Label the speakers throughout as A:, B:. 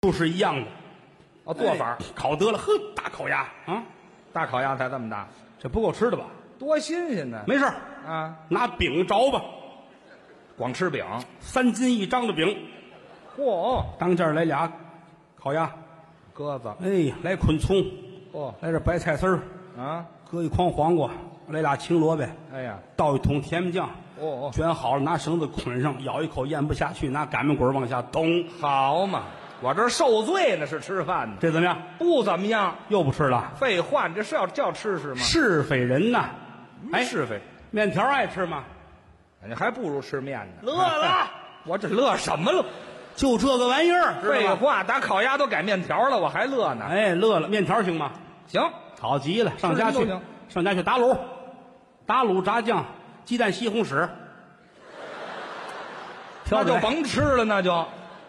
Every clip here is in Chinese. A: 不是一样的
B: 哦，做法儿
A: 烤得了，呵，大烤鸭啊，大烤鸭才这么大，这不够吃的吧？
B: 多新鲜呢！
A: 没事儿，
B: 啊，
A: 拿饼着吧，
B: 光吃饼，
A: 三斤一张的饼，
B: 嚯，
A: 当间儿来俩烤鸭，
B: 鸽子，
A: 哎，来捆葱，
B: 嚯
A: 来点白菜丝儿，
B: 啊，
A: 搁一筐黄瓜，来俩青萝卜，
B: 哎呀，
A: 倒一桶甜面酱，
B: 哦哦
A: 卷好了拿绳子捆上，咬一口咽不下去，拿擀面棍儿往下咚，
B: 好嘛，我这受罪呢，是吃饭呢，
A: 这怎么样？
B: 不怎么样。
A: 又不吃了？
B: 废话，你这是要叫吃是吗？
A: 是非人呐！哎，
B: 是非，
A: 面条爱吃吗？
B: 你还不如吃面呢。
A: 乐了，
B: 我这乐什么乐？
A: 就这个玩意儿，知
B: 废
A: 道吗？
B: 话，打烤鸭都改面条了，我还乐呢。
A: 哎，乐了，面条行吗？
B: 行，
A: 好极了，上家
B: 吃什
A: 去
B: 么都行，
A: 上家去打卤，打卤炸酱，鸡蛋西红柿，挑
B: 那
A: 起
B: 就
A: 来，
B: 甭吃了，那就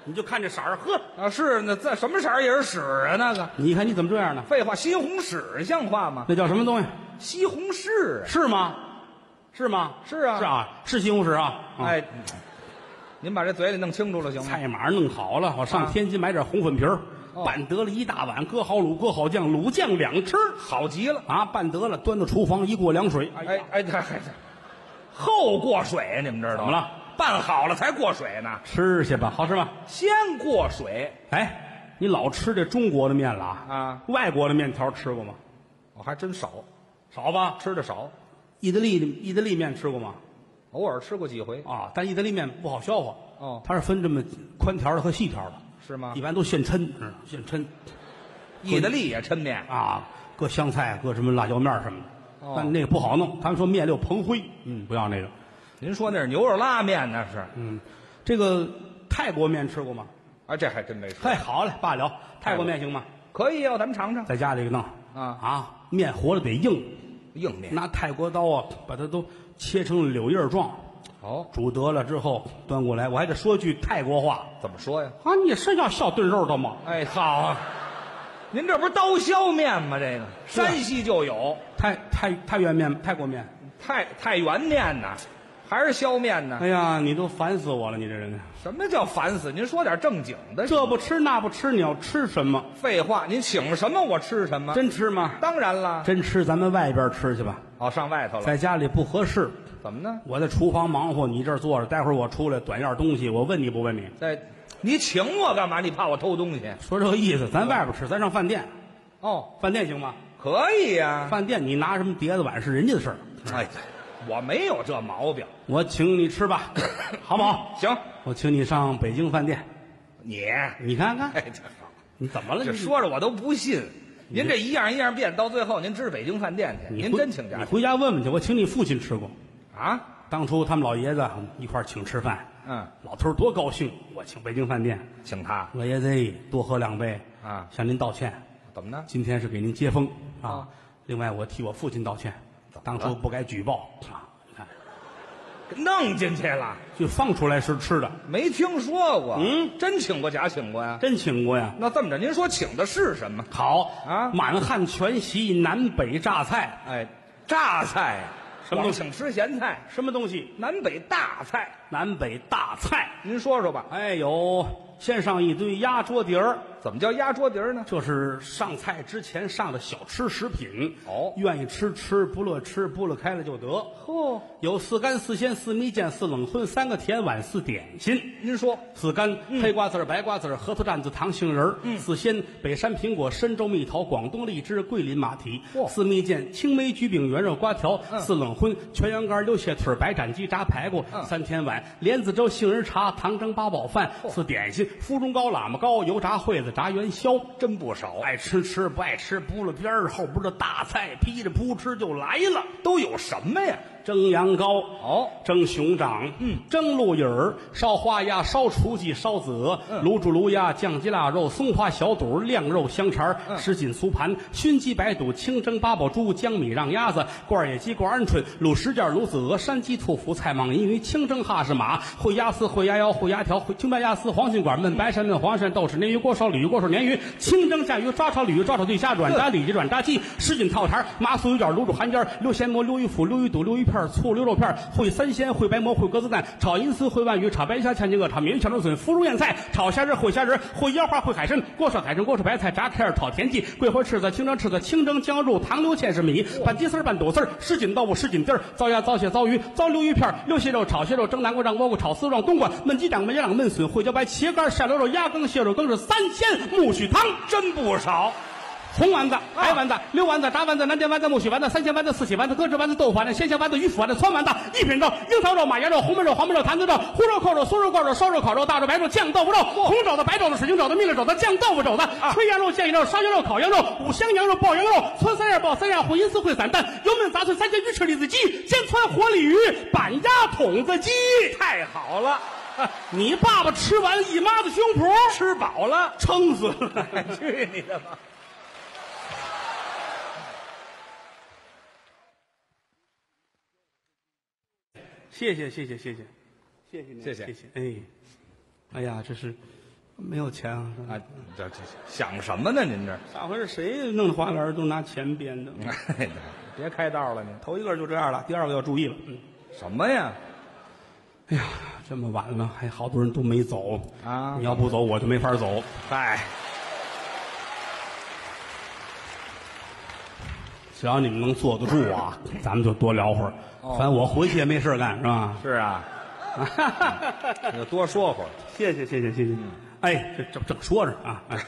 A: 你就看这色儿，呵，
B: 啊是那这什么色儿也是屎啊那个。
A: 你看你怎么这样呢？
B: 废话，西红柿像话吗？
A: 那叫什么东西？
B: 西红柿啊，
A: 是吗？是吗？
B: 是啊
A: 是啊，是西红柿啊！啊，
B: 哎，您把这嘴里弄清楚了行吗？
A: 菜码弄好了，我上
B: 啊
A: 天津买点红粉皮儿，
B: 哦
A: 拌得了一大碗，搁好卤，搁好酱，卤酱两吃，
B: 好极了，
A: 啊，拌得了，端到厨房一过凉水，
B: 哎哎， 这还后过水，啊你们知道吗
A: 怎么了？
B: 拌好了才过水呢，
A: 吃去吧，好吃吗？
B: 先过水。
A: 哎，你老吃这中国的面了啊？
B: 啊，
A: 外国的面条吃过吗？
B: 我还真少
A: 少吧？
B: 吃的少，
A: 意大利的意大利面吃过吗？
B: 偶尔吃过几回，
A: 啊，但意大利面不好消化。
B: 哦
A: 它是分这么宽条的和细条的，
B: 是吗
A: 一？般都现抻，知道吗现抻
B: 意大利也抻面，
A: 啊，搁香菜，搁什么辣椒面什么的。
B: 哦
A: 但那个不好弄，他们说面里有蓬灰，嗯，不要那个。
B: 您说那是牛肉拉面那是？
A: 嗯，这个泰国面吃过吗？
B: 啊，这还真没吃。
A: 嘿，好嘞，罢了，泰国面行吗？
B: 可以啊，咱们尝尝
A: 在家里给弄
B: 啊
A: 啊，面活了得硬，
B: 硬面。
A: 拿泰国刀啊，把它都切成柳叶状，
B: 哦，
A: 煮得了之后端过来，我还得说句泰国话
B: 怎么说呀？
A: 啊，你是要小炖肉的吗？
B: 哎，好啊，您这不是刀削面吗？这个
A: 是啊
B: 山西就有
A: 泰泰泰原面，泰国面。
B: 太太原面呢，还是削面呢？
A: 哎呀，你都烦死我了，你这人，啊
B: 什么叫烦死？您说点正经的。
A: 这不吃那不吃，你要吃什么？
B: 废话，您请什么我吃什么。
A: 真吃吗？
B: 当然了，
A: 真吃，咱们外边吃去吧，
B: 哦，上外头了，
A: 在家里不合适。
B: 怎么呢？
A: 我在厨房忙活，你这儿坐着，待会儿我出来短样东西，我问你不问你？
B: 在，你请我干嘛？你怕我偷东西？
A: 说这个意思，咱外边吃，咱上饭店，
B: 哦，
A: 饭店行吗？
B: 可以呀、
A: 饭店你拿什么碟子碗是人家的事儿，
B: 哎，我没有这毛病。
A: 我请你吃 吧，好不好？
B: 行，
A: 我请你上北京饭店，
B: 你，
A: 你看看
B: 哎，这好，
A: 你怎么了？
B: 这
A: 你
B: 说着我都不信。您这一样一样变，到最后您支北京饭店去，
A: 你
B: 您
A: 回
B: 真请
A: 你
B: 假
A: 回家问问去。我请你父亲吃过，
B: 啊？
A: 当初他们老爷子一块儿请吃饭，
B: 嗯，
A: 老头儿多高兴，我请北京饭店，
B: 请他
A: 老爷子哎多喝两杯
B: 啊
A: 向您道歉，
B: 怎么呢？
A: 今天是给您接风啊
B: 啊。
A: 另外，我替我父亲道歉，
B: 怎
A: 当
B: 么了
A: 初不该举报啊。你看，
B: 弄进去了，
A: 就放出来是吃的，
B: 没听说过。
A: 嗯，
B: 真请过假请过呀？
A: 真请过呀。
B: 那这么着，您说请的是什么？
A: 好
B: 啊
A: 满汉全席，南北榨菜，
B: 哎，榨菜呀、
A: 什么
B: 光
A: 东西
B: 请吃咸菜，
A: 什么东西？
B: 南北大菜，
A: 南北大菜。
B: 您说说吧，
A: 哎有先上一堆鸭桌底儿，
B: 怎么叫压桌底儿呢？
A: 这是上菜之前上的小吃食品。
B: 哦
A: 愿意吃吃，不乐吃不乐开了就得。
B: 嚯，
A: 有四干、四鲜、四蜜饯、四冷荤，三个甜碗，四点心。
B: 您说
A: 四干、
B: 嗯
A: 黑瓜子儿、白瓜子儿、核桃担子、糖杏仁儿；四鲜、北山苹果、深州蜜桃、广东荔枝、桂林马蹄；
B: 嚯嗯
A: 四蜜饯、青梅菊饼、圆肉瓜条；四冷荤、全羊肝、溜蟹腿、白斩鸡、炸排骨；
B: 嗯
A: 三天碗、莲子粥、杏仁茶、糖蒸八宝饭；四点心：芙蓉糕、喇嘛糕、油炸烩子、炸元宵。
B: 真不少，哎
A: 爱吃吃，不爱吃扑了边儿，后边的大菜劈着扑哧就来了。
B: 都有什么呀？
A: 蒸羊羔，
B: 哦，
A: 蒸熊掌，嗯，蒸鹿尾儿，烧花鸭，烧雏鸡，烧子鹅，卤煮卤鸭，酱鸡腊肉，松花小肚，晾肉香肠，什锦酥盘，熏鸡白肚，清蒸八宝猪，江米让鸭子，罐野鸡，罐鹌鹑，卤什件，卤子鹅，山鸡兔脯，菜蟒银鱼，清蒸哈士马，烩鸭丝，烩鸭腰，烩鸭条，烩清白鸭丝，黄心管焖白鳝，焖黄鳝，豆豉鲶鱼，锅烧鲤鱼，锅烧鲶鱼，清蒸甲鱼，抓炒鲤鱼，抓炒对虾，软炸里脊，软炸鸡，什锦套肠，麻酥油角，卤煮寒尖，溜咸蘑，溜鱼脯，溜鱼肚，溜鱼片，片、醋溜肉片、烩三鲜、烩白馍、烩鸽子蛋、炒银丝、烩万鱼、炒白虾、千金鹅、炒鲶鱼、小竹笋、腐乳燕菜、炒虾仁、烩虾仁、烩腰花、烩海参、锅烧海参、锅烧白菜、炸开儿、炒田鸡、桂花柿子、清蒸柿子、清蒸姜肉、糖溜芡实米、拌鸡丝儿、拌肚丝儿、什锦豆腐、什锦丁儿、糟鸭、糟蟹、糟鱼、糟溜鱼片儿、溜蟹肉、炒蟹肉、蒸南瓜、让蘑菇、炒丝、让冬瓜、焖鸡掌、焖鸭掌、焖笋、烩茭白、茄干、鳝牛肉、鸭羹、蟹肉羹是三鲜苜蓿汤，真不少。红丸子、白丸子、溜丸子、炸丸子、南煎丸子、木须丸子、三鲜丸子、四喜丸子、搁置丸子、豆腐丸子、鲜虾丸子、鱼腐丸子、酸丸子、一品肉、樱桃肉、马牙肉、红焖肉、黄焖肉、坛子肉、胡肉、扣肉、酥肉、灌肉、烧肉、烤肉、大肉、白肉、酱豆腐肉、红肘子、白肘子、水晶肘子、蜜肉肘子、酱豆腐肘子、
B: 啊
A: 炊羊肉、酱羊肉、烧羊肉、烤羊肉、五香羊肉、爆羊肉、汆三样、爆三样、混银丝、烩散蛋、油焖杂碎、三鲜鱼翅、栗子鸡、煎川活鲤鱼、板鸭筒子鸡。
B: 太好了，
A: 你爸爸吃完一妈的胸脯，
B: 吃饱了。
A: 撑死了。
B: 去你的吧！
A: 谢谢谢谢谢谢，谢谢您，
B: 谢谢
A: 谢谢。哎，哎呀，这是没有钱啊！
B: 啊，这这想什么呢？您这，
A: 上回是谁弄的花园都拿钱编的？
B: 哎别开道了，您
A: 头一个就这样了，第二个要注意了。嗯
B: 什么呀？
A: 哎呀，这么晚了，还好多人都没走
B: 啊
A: 你要不走，我就没法走。
B: 嗨，
A: 只要你们能坐得住 啊，咱们就多聊会儿。
B: 哦
A: 反正我回去也没事儿干，是吧？
B: 是 啊，嗯你就多说会儿。
A: 谢谢谢谢谢谢。哎，这正正说着啊，哎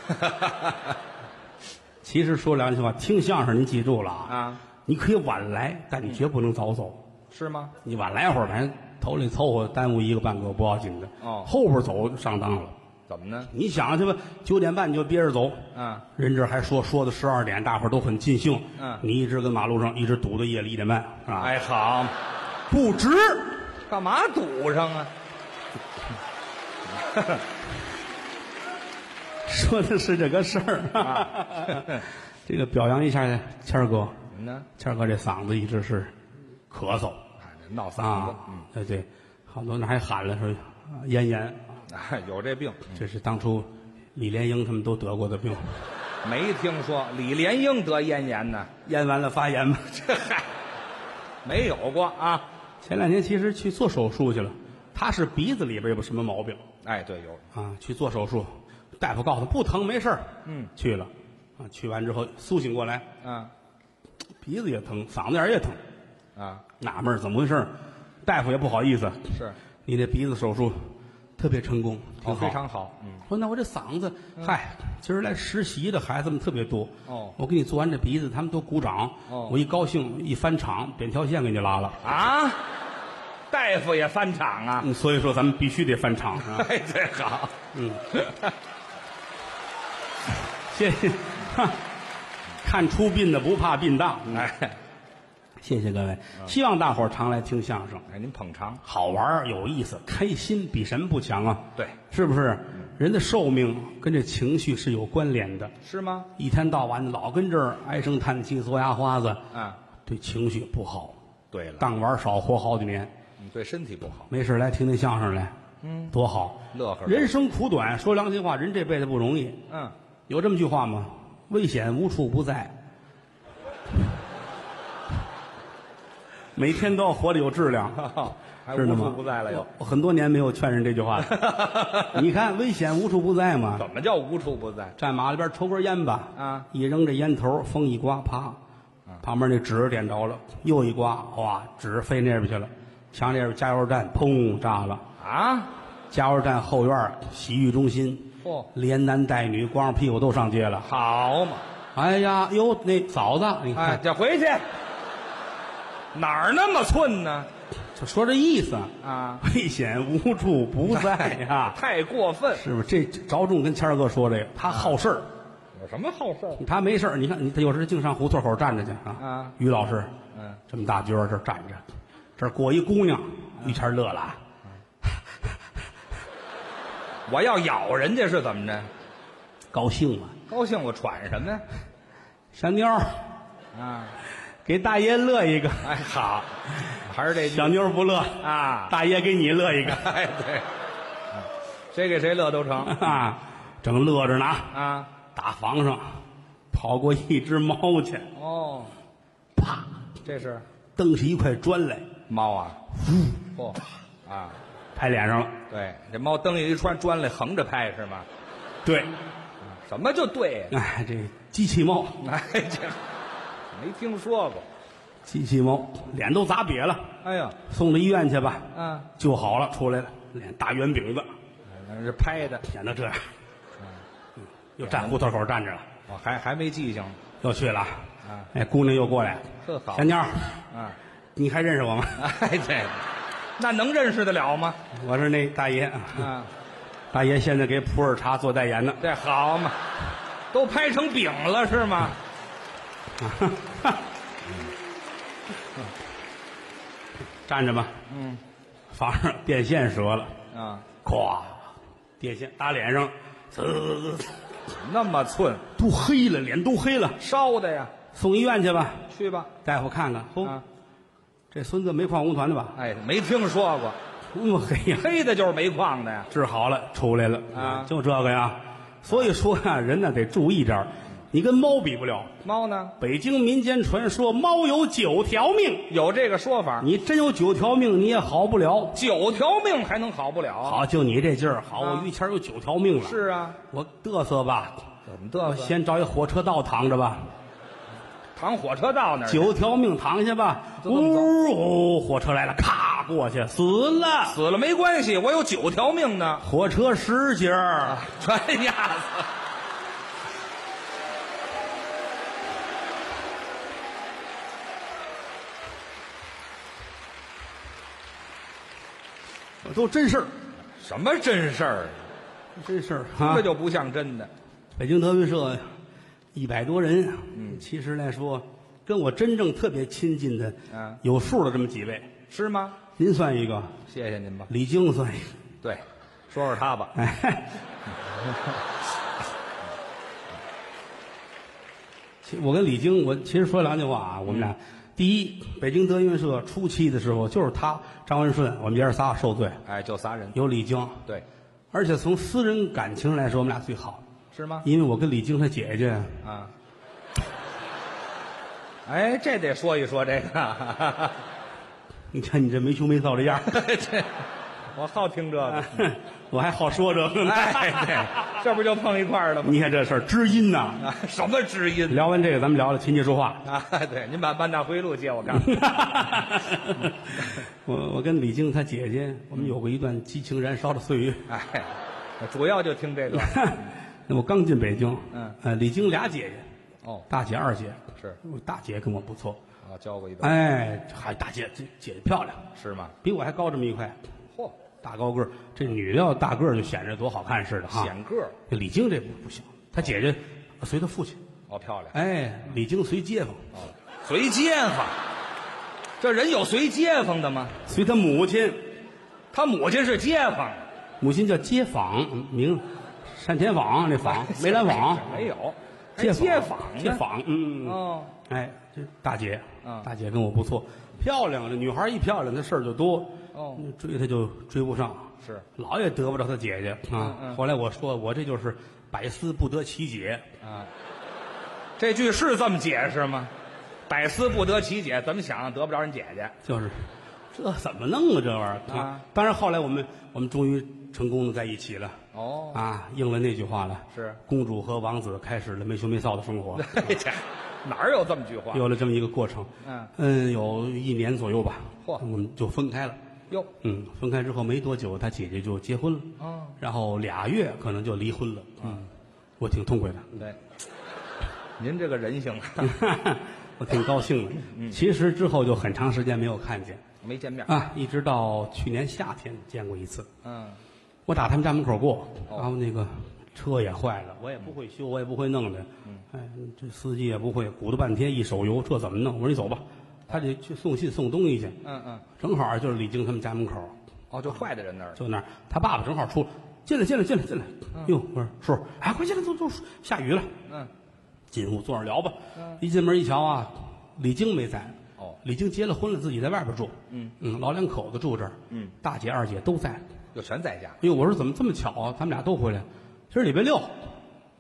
A: 其实说良心话，听相声您记住了
B: 啊，
A: 你可以晚来，但你绝不能早走。
B: 是吗？
A: 你晚来会儿，反正头里凑合耽误一个半个不要紧的。
B: 哦
A: 后边走上当了。
B: 怎么呢？
A: 你想去吧，九点半你就憋着走，
B: 嗯，
A: 人这还说说到十二点，大伙儿都很尽兴。
B: 嗯
A: 你一直跟马路上一直堵到夜里一点半啊，，
B: 哎，好，
A: 不值。
B: 干嘛堵上啊？
A: 说的是这个事儿。
B: 啊
A: 这个表扬一下谦儿哥，
B: 怎么呢？
A: 谦儿哥这嗓子一直是咳嗽
B: 哎这闹嗓子
A: 啊，，对对，好多人还喊了说啊咽炎，
B: 嗯，哎， 有这病
A: 这是当初李莲英他们都得过的病。
B: 没听说李莲英得咽炎呢？
A: 咽完了发炎嘛。
B: 这嗨，没有过啊。
A: 前两天其实去做手术去了，他是鼻子里边有什么毛病
B: 哎，对，有
A: 啊？去做手术，大夫告诉他不疼没事儿，
B: 嗯，
A: 去了，啊，去完之后苏醒过来，
B: 啊
A: 鼻子也疼，嗓子眼儿也疼，
B: 啊，
A: 纳闷儿怎么回事儿？大夫也不好意思，
B: 是
A: 你这鼻子手术特别成功，挺
B: 哦
A: 好
B: 非常好，嗯，
A: 说那我这嗓子，嗨，今儿来实习的孩子们特别多。
B: 哦
A: 我给你做完这鼻子，他们都鼓掌。
B: 哦
A: 我一高兴一翻场，扁条线给你拉了。
B: 啊，大夫也翻场啊。
A: 嗯所以说咱们必须得翻场。啊。
B: 哎，这好，
A: 嗯，谢谢，哈看出殡的不怕殡大。嗯
B: 哎，
A: 谢谢各位，希望大伙儿常来听相声，
B: 哎，您捧场，
A: 好玩儿有意思，开心比什么不强啊？
B: 对，
A: 是不是？人的寿命跟这情绪是有关联的，
B: 是吗？
A: 一天到晚老跟这儿唉声叹气、嘬牙花子，
B: 啊，
A: 对情绪不好，
B: 对了，
A: 当玩儿少活好几年。
B: 嗯对身体不好，
A: 没事儿来听听相声来，嗯，多好。
B: 乐呵。
A: 人生苦短，说良心话，人这辈子不容易。
B: 嗯，
A: 有这么句话吗？危险无处不在，每天都要活得有质量，
B: 还
A: 知道
B: 无
A: 吗
B: 处不在了又。
A: 我很多年没有劝人这句话了。 你看，危险无处不在嘛。
B: 怎么叫无处不在？
A: 站马路边抽根烟吧，
B: 啊，
A: 一扔这烟头，风一刮，啪，旁边那纸点着了，又一刮，哇，纸飞那边去了，墙那边加油站砰炸了，
B: 啊，
A: 加油站后院洗浴中心，
B: 嚯
A: 连男带女光着屁股都上街了。
B: 好嘛，
A: 哎呀，哟，那嫂子，你看、
B: 哎，这回去哪儿那么寸呢？
A: 就说这意思，
B: 啊，
A: 危险无处不
B: 哎
A: 在呀、
B: 太过分，
A: 是不是？这着重跟谦儿哥说这个，他好事儿，
B: 有什么好事儿？
A: 他没事儿。你看，你他有时净上胡同口站着去啊。
B: 啊
A: 于老师，
B: 嗯，
A: 这么大撅儿这儿站着，这儿过一姑娘，于谦儿乐了啊，
B: 我要咬人家是怎么着？
A: 高兴了。
B: 高兴我喘什么呀？
A: 小妞儿，
B: 啊，
A: 给大爷乐一个。
B: 哎，好，还是这句
A: 小妞儿不乐，
B: 啊，
A: 大爷给你乐一个。
B: 哎对，谁给谁乐都成
A: 啊，正乐着呢啊，
B: 啊。
A: 大房上跑过一只猫去，
B: 哦，
A: 啪，
B: 这是
A: 蹬起一块砖来，
B: 猫啊，嚯、啊，
A: 拍脸上了。
B: 对，这猫蹬下一穿砖来横着拍是吗？
A: 对，
B: 什么就对呀、
A: 哎，这机器猫，
B: 哎，这没听说过。
A: 机器猫，脸都砸瘪了，
B: 哎呀，
A: 送到医院去吧，
B: 啊，
A: 就好了，出来了，脸大圆饼子，
B: 那是拍的，
A: 显得这样，嗯又站胡同口站着了，
B: 我还还没记性
A: 又去了。
B: 啊
A: 哎，姑娘又过来了，
B: 呵好
A: 小妞儿，
B: 啊。
A: 你还认识我吗？
B: 哎，对，那能认识得了吗？
A: 我是那大爷，
B: 啊，
A: 大爷现在给普洱茶做代言呢。
B: 这好嘛，都拍成饼了是吗？
A: 站着吧，
B: 嗯，
A: 房上电线折了，
B: 啊，
A: 咵，电线打脸上，滋滋滋滋，
B: 那么寸，
A: 都黑了，脸都黑了，
B: 烧的呀，
A: 送医院去吧。
B: 去吧。
A: 大夫看看，哦，
B: 啊，
A: 这孙子煤矿工团的吧？
B: 哎，没听说过，
A: 那么黑呀、
B: 黑的就是煤矿的呀。
A: 治好了出来了
B: 啊
A: 就这个呀。所以说呀、人呢得注意点儿你跟猫比不了。
B: 猫呢，
A: 北京民间传说，猫有九条命，
B: 有这个说法，
A: 你真有九条命，你也好不了。
B: 九条命还能好不了？，
A: 好，就你这劲儿，好，
B: 啊
A: 我于谦儿有九条命了。，
B: 是啊，
A: 我嘚瑟吧，
B: 怎么嘚瑟？
A: 先找一火车道躺着吧，
B: 躺火车道那儿，
A: 九条命躺下吧。
B: 就这么着
A: 呜、哦，火车来了，咔过去，死了。
B: 死了没关系，我有九条命呢。
A: 火车十节儿，
B: 全压死。
A: 都真事儿，
B: 什么真事儿？
A: 真事儿啊
B: 这。就不像真的。
A: 北京德云社一百多人，嗯，其实来说，跟我真正特别亲近的，
B: 啊
A: 有数的这么几位，
B: 是吗？
A: 您算一个，
B: 谢谢您吧。
A: 李菁算一个，
B: 对，说说他吧。
A: 哎，其 实我跟李菁，我其实说两句话啊，我们俩，第一，北京德云社初期的时候，就是他张文顺，我们爷儿仨受罪，
B: 哎，就仨人。
A: 有李菁，
B: 对，
A: 而且从私人感情来说，我们俩最好，
B: 是吗？
A: 因为我跟李菁他姐姐，
B: 啊。哎，这得说一说这个。
A: 你看你这没羞没臊这样儿。
B: 这我好听这个。
A: 我还好说这 个呢。
B: 哎，对，这不就碰一块儿了吗？
A: 你看这事儿知音呐、
B: 啊，什么知音
A: 聊完这个，咱们聊聊琴棋书画。
B: 啊？对，您把《半大回忆录》借我看看。
A: 我我跟李菁他姐姐，我
B: 嗯
A: 们有过一段激情燃烧的岁月。
B: 哎，主要就听这个。
A: 我刚进北京，
B: 嗯，
A: 呃，李菁俩姐姐，
B: 哦，
A: 大姐二姐，
B: 是
A: 我大姐跟我不错，
B: 啊，教过一段，
A: 哎，还大姐姐姐姐漂亮，
B: 是吗？
A: 比我还高这么一块，
B: 嚯，
A: 大高个儿，这女的要大个儿就显着多好看似的哈。
B: 显个儿，
A: 这李菁这不不行，他姐姐随他父亲，
B: 哦，漂亮。
A: 哎，李菁随街坊，
B: 哦，随街坊，这人有随街坊的吗？
A: 随他母亲，
B: 他母亲是街坊，
A: 母亲叫街坊，名单田坊那坊，梅兰 坊，
B: 哎没有，还
A: 街
B: 街
A: 坊
B: 坊，
A: 街。坊，嗯，
B: 哦，
A: 哎，这大姐
B: 嗯，
A: 大姐跟我不错，漂亮，这女孩一漂亮，她事儿就多，
B: 哦，
A: 追她就追不上，
B: 是
A: 老也得不着她姐姐啊
B: 嗯。
A: 后来我说，我这就是百思不得其解，
B: 啊，这句是这么解释吗？百思不得其解，怎么想得不着人姐姐？
A: 就是这怎么弄啊，这玩意儿
B: 啊。
A: 当然后来我们我们终于成功的在一起了。
B: 哦，
A: 啊，应了那句话了，
B: 是
A: 公主和王子开始了没羞没臊的生 活。
B: 哎呀，哪有这么句话？
A: 有了这么一个过程。
B: 嗯
A: 有一年左右吧。
B: 嚯
A: 我们就分开了。
B: 哟，
A: 嗯，分开之后没多久，他姐姐就结婚了。
B: 哦
A: 然后俩月可能就离婚了。嗯，我挺痛快的，
B: 对，您这个人性啊，
A: 我挺高兴的。其实之后就很长时间没有看见
B: 没见面。
A: 啊，一直到去年夏天见过一次。
B: 嗯，
A: 我打他们家门口过，
B: 哦
A: 然后那个车也坏了，我也不会修，我也不会弄的。哎，这司机也不会，鼓捣半天一手油，这怎么弄？我说你走吧，他得去送信送东西去。
B: 嗯嗯，
A: 正好就是李菁他们家门口，
B: 哦，就坏的人那儿了。
A: 就那儿，他爸爸正好出进来，进来，进来，进来。哟，我说叔，哎，快进来，走走，下雨了，
B: 嗯，
A: 进屋坐着聊吧。一进门一瞧啊，李菁没在。
B: 哦，
A: 李菁结了婚了，自己在外边住。
B: 嗯
A: 老两口子住这儿。
B: 嗯，
A: 大姐二姐都在。
B: 就全在家。
A: 哎呦，我说怎么这么巧啊？他
B: 啊
A: 们俩都回来了。今儿礼拜六，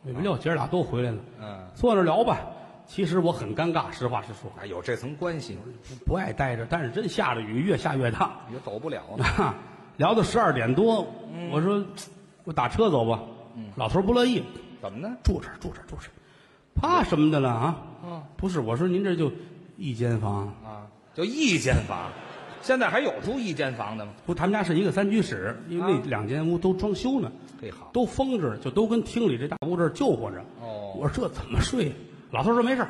A: 礼拜六姐儿俩都回来了。
B: 嗯，
A: 坐那儿聊吧。其实我很尴尬，实话实说，
B: 啊，有这层关系，
A: 不爱待着，但是真下着雨，越下越大。
B: 也走不了啊。
A: 啊， 聊到十二点多，我说我打车走吧。老头不乐意，
B: 怎么呢？
A: 住这儿，住这儿，住这儿，怕什么的了啊？
B: 嗯，
A: 不是，我说您这就一间房，
B: 啊，就一间房，现在还有住一间房的吗？
A: 不，他们家是一个三居室，因为那两间屋都装修呢，
B: 这好，
A: 都封着，就都跟厅里这大屋这儿救活着。
B: 哦
A: 我说这怎么睡？老头说没事儿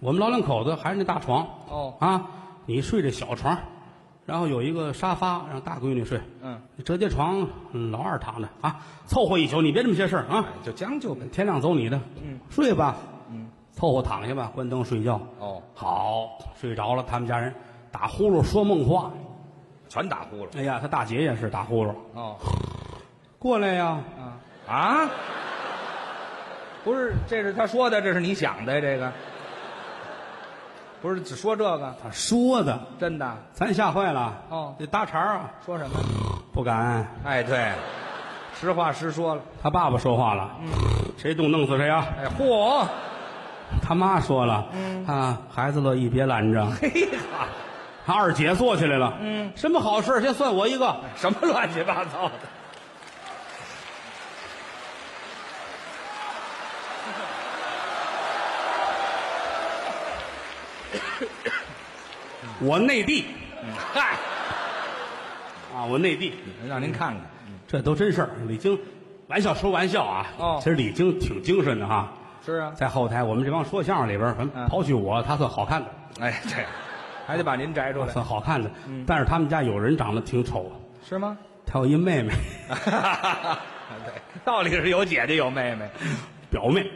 A: 我们老两口子还是那大床。
B: 哦
A: 啊，你睡这小床，然后有一个沙发让大闺女睡。
B: 嗯，
A: 折叠床，嗯老二躺着啊，凑合一宿，你别这么些事儿啊。
B: 哎就将就呗。
A: 天亮走你的，
B: 嗯，
A: 睡吧，
B: 嗯，
A: 凑合躺下吧，关灯睡觉。
B: 哦，
A: 好，睡着了，他们家人打呼噜说梦话。
B: 全打呼噜。
A: 哎呀，他大姐也是打呼噜，
B: 哦，
A: 过来呀，
B: 啊啊，不是，这是他说的，这是你想的，这个不是只说这个，
A: 他说的，
B: 真的
A: 咱吓坏了。
B: 哦
A: 得搭茬儿啊，
B: 说什么？
A: 不敢。
B: 哎，对，实话实说了。
A: 他爸爸说话了，谁动弄死谁 啊！
B: 哎，嚯，
A: 他妈说了，啊，孩子乐意别拦 着。
B: 嘿哈，
A: 他二姐坐起来了，哎嗯，什么好事儿先算我一个。
B: 什么乱七八糟的？
A: 我内地
B: 嗨，
A: 啊，我内地，
B: 让您看看，
A: 这都真事儿。李菁，玩笑说玩笑啊，
B: 哦
A: 其实李菁挺精神的哈。
B: 是啊，
A: 在后台，我们这帮说相声里边儿，反正
B: 嗯
A: 刨去我，他算好看的，
B: 哎，对，还得把嗯您摘出来，
A: 算好看的。但是他们家有人长得挺丑，
B: 是吗？
A: 他有一妹妹，
B: 对，道理是有姐姐有妹妹，
A: 表妹，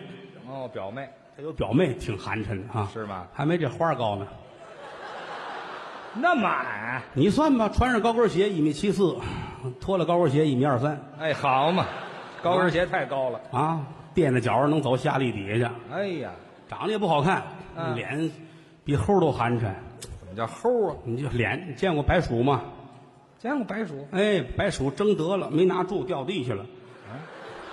B: 哦，表妹
A: 他有表妹挺寒碜的啊，
B: 是吗？
A: 还没这花儿高呢。
B: 那么矮，
A: 你算吧，穿上高跟鞋一米七四，脱了高跟鞋一米二三
B: 哎，好嘛，高跟鞋太高了，
A: 啊，垫着脚能走下地底下去，
B: 哎呀，
A: 长得也不好看，
B: 嗯
A: 脸比猴都寒碜。
B: 怎么叫齁啊？
A: 你就脸，你见过白鼠吗？
B: 见过白鼠？
A: 哎，白鼠争得了，没拿住，掉地下了。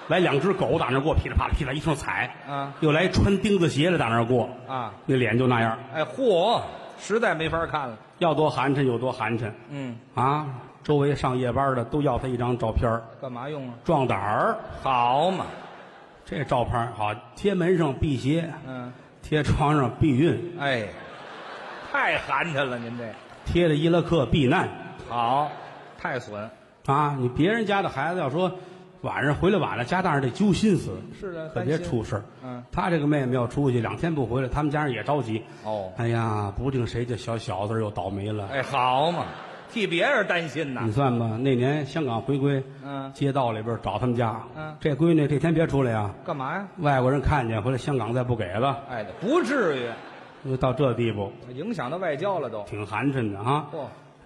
A: 来两只狗打那儿过，噼里啪啦噼里啪啦一通踩。
B: 啊
A: 又来穿钉子鞋的打那儿过，
B: 啊，
A: 那脸就那样，
B: 哎，嚯，实在没法看了，
A: 要多寒碜有多寒碜
B: 嗯，
A: 啊！周围上夜班的都要他一张照片儿
B: 干嘛用啊？
A: 壮胆儿。
B: 好嘛，
A: 这照片儿好，贴门上辟邪，
B: 嗯，
A: 贴床上避孕，
B: 哎，太寒碜了，您这
A: 贴了伊拉克避难
B: 好，太损，
A: 啊！你别人家的孩子要说晚上回来晚了，家大人得揪心思，
B: 是啊
A: 可别出事儿。
B: 嗯，
A: 他这个妹妹要出去两天不回来，他们家人也着急。
B: 哦，
A: 哎呀，不定谁这小小子又倒霉了。
B: 哎，好嘛，替别人担心呐
A: 你，算吧，那年香港回归，
B: 嗯，
A: 街道里边找他们家，
B: 嗯
A: 这闺女这天别出来啊，
B: 干嘛呀？
A: 外国人看见回来香港再不给了，
B: 哎，不至于，
A: 就到这地步，
B: 影响到外交了都。
A: 挺寒碜的啊。
B: 嚯、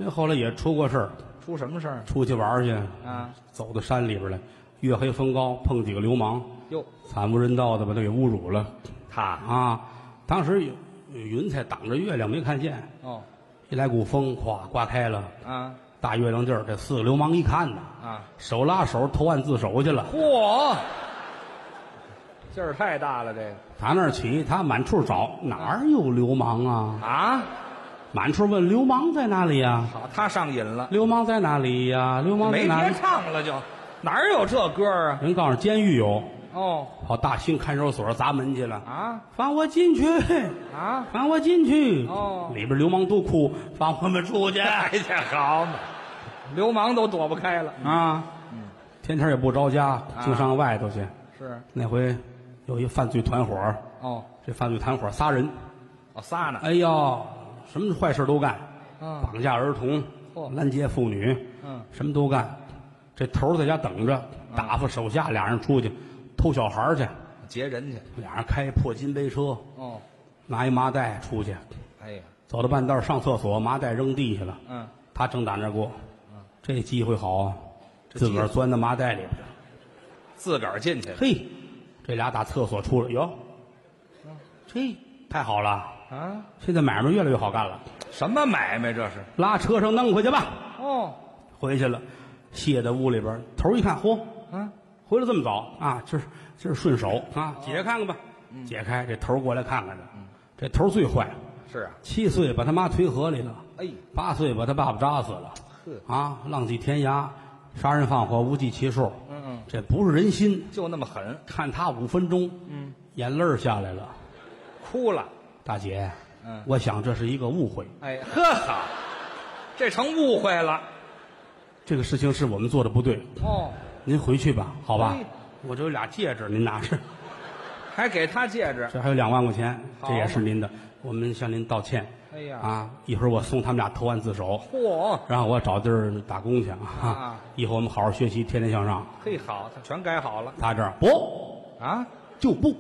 A: 这后来也出过事儿，
B: 出什么事儿？
A: 出去玩去，
B: 啊，
A: 走到山里边来，月黑风高，碰几个流氓，
B: 哟，
A: 惨无人道的把他给侮辱了
B: 他
A: 啊！当时有有云彩挡着月亮没看见，
B: 哦
A: 一来股风，咵刮开了，
B: 啊
A: 大月亮地儿，这四个流氓一看呐，
B: 啊！
A: 手拉手投案自首去了。
B: 嚯，劲儿太大了，这个
A: 打那儿起，他满处找，哪儿有流氓啊？
B: 啊，
A: 满处问流氓在哪里呀、
B: 好，他上瘾了，
A: 流氓在哪里呀、流氓在
B: 没
A: 哪
B: 别
A: 里？
B: 唱了就，哪儿有这歌儿啊？
A: 人告诉监狱有，
B: 哦
A: 跑大兴看守所砸门去了，
B: 啊
A: 放我进去，
B: 啊！
A: 放我进去。
B: 哦
A: 里边流氓都哭，放我们出去
B: 哎呀，好嘛，流氓都躲不开了。
A: 啊！天天也不着家，
B: 啊
A: 净上外头去。
B: 是
A: 那回有一犯罪团伙，
B: 哦
A: 这犯罪团伙仨人，
B: 哦，仨呢？
A: 哎呦，什么坏事都干，
B: 啊，
A: 绑架儿童
B: 嚯，
A: 拦截妇女，
B: 嗯，
A: 什么都干。这头儿在家等
B: 啊
A: 着，打发手下俩人出去偷小孩儿去，
B: 劫人去。
A: 俩人开破金杯车，
B: 哦，
A: 拿一麻袋出去，
B: 哎呀，
A: 走到半道儿上厕所，麻袋扔地下了。
B: 嗯，
A: 他正打那儿过，这机会好啊，
B: 啊这
A: 自
B: 机
A: 个儿钻到麻袋里边儿。
B: 自个儿进去了
A: 嘿，这俩打厕所出来，哟，这太好了，
B: 啊？
A: 现在买卖越来越好干了，
B: 什么买卖这是？
A: 拉车上弄回去吧。
B: 哦，
A: 回去了，卸在屋里边儿，头儿一看，嚯，
B: 啊，
A: 回来
B: 嗯
A: 这么早啊，今儿今儿顺手啊，解开看看吧。解开，这头儿过来看看的，这头儿最坏，
B: 是啊，
A: 七岁把他妈推河里了，
B: 哎，
A: 八岁把他爸爸扎死了
B: 呵，
A: 啊，浪迹天涯，杀人放火无计其数，
B: 嗯嗯，
A: 这不是人心。
B: 就那么狠，
A: 看他五分钟，嗯，眼泪儿下来了，
B: 哭了，
A: 大姐，
B: 嗯
A: 我想这是一个误会，
B: 哎，呵好，这成误会了，
A: 这个事情是我们做的不对，
B: 哦，
A: 您回去吧，好吧
B: 哎？
A: 我这有俩戒指，您拿着，
B: 还给他戒指，
A: 这还有两万块钱，
B: 好
A: 这也是您的，我们向您道歉。
B: 哎呀
A: 啊，一会儿我送他们俩投案自首，
B: 嚯，
A: 然后我找地儿打工去啊
B: 啊。
A: 一会儿我们好好学习，天天向上。
B: 嘿好，他全改好了
A: 他这儿不
B: 啊，
A: 就不，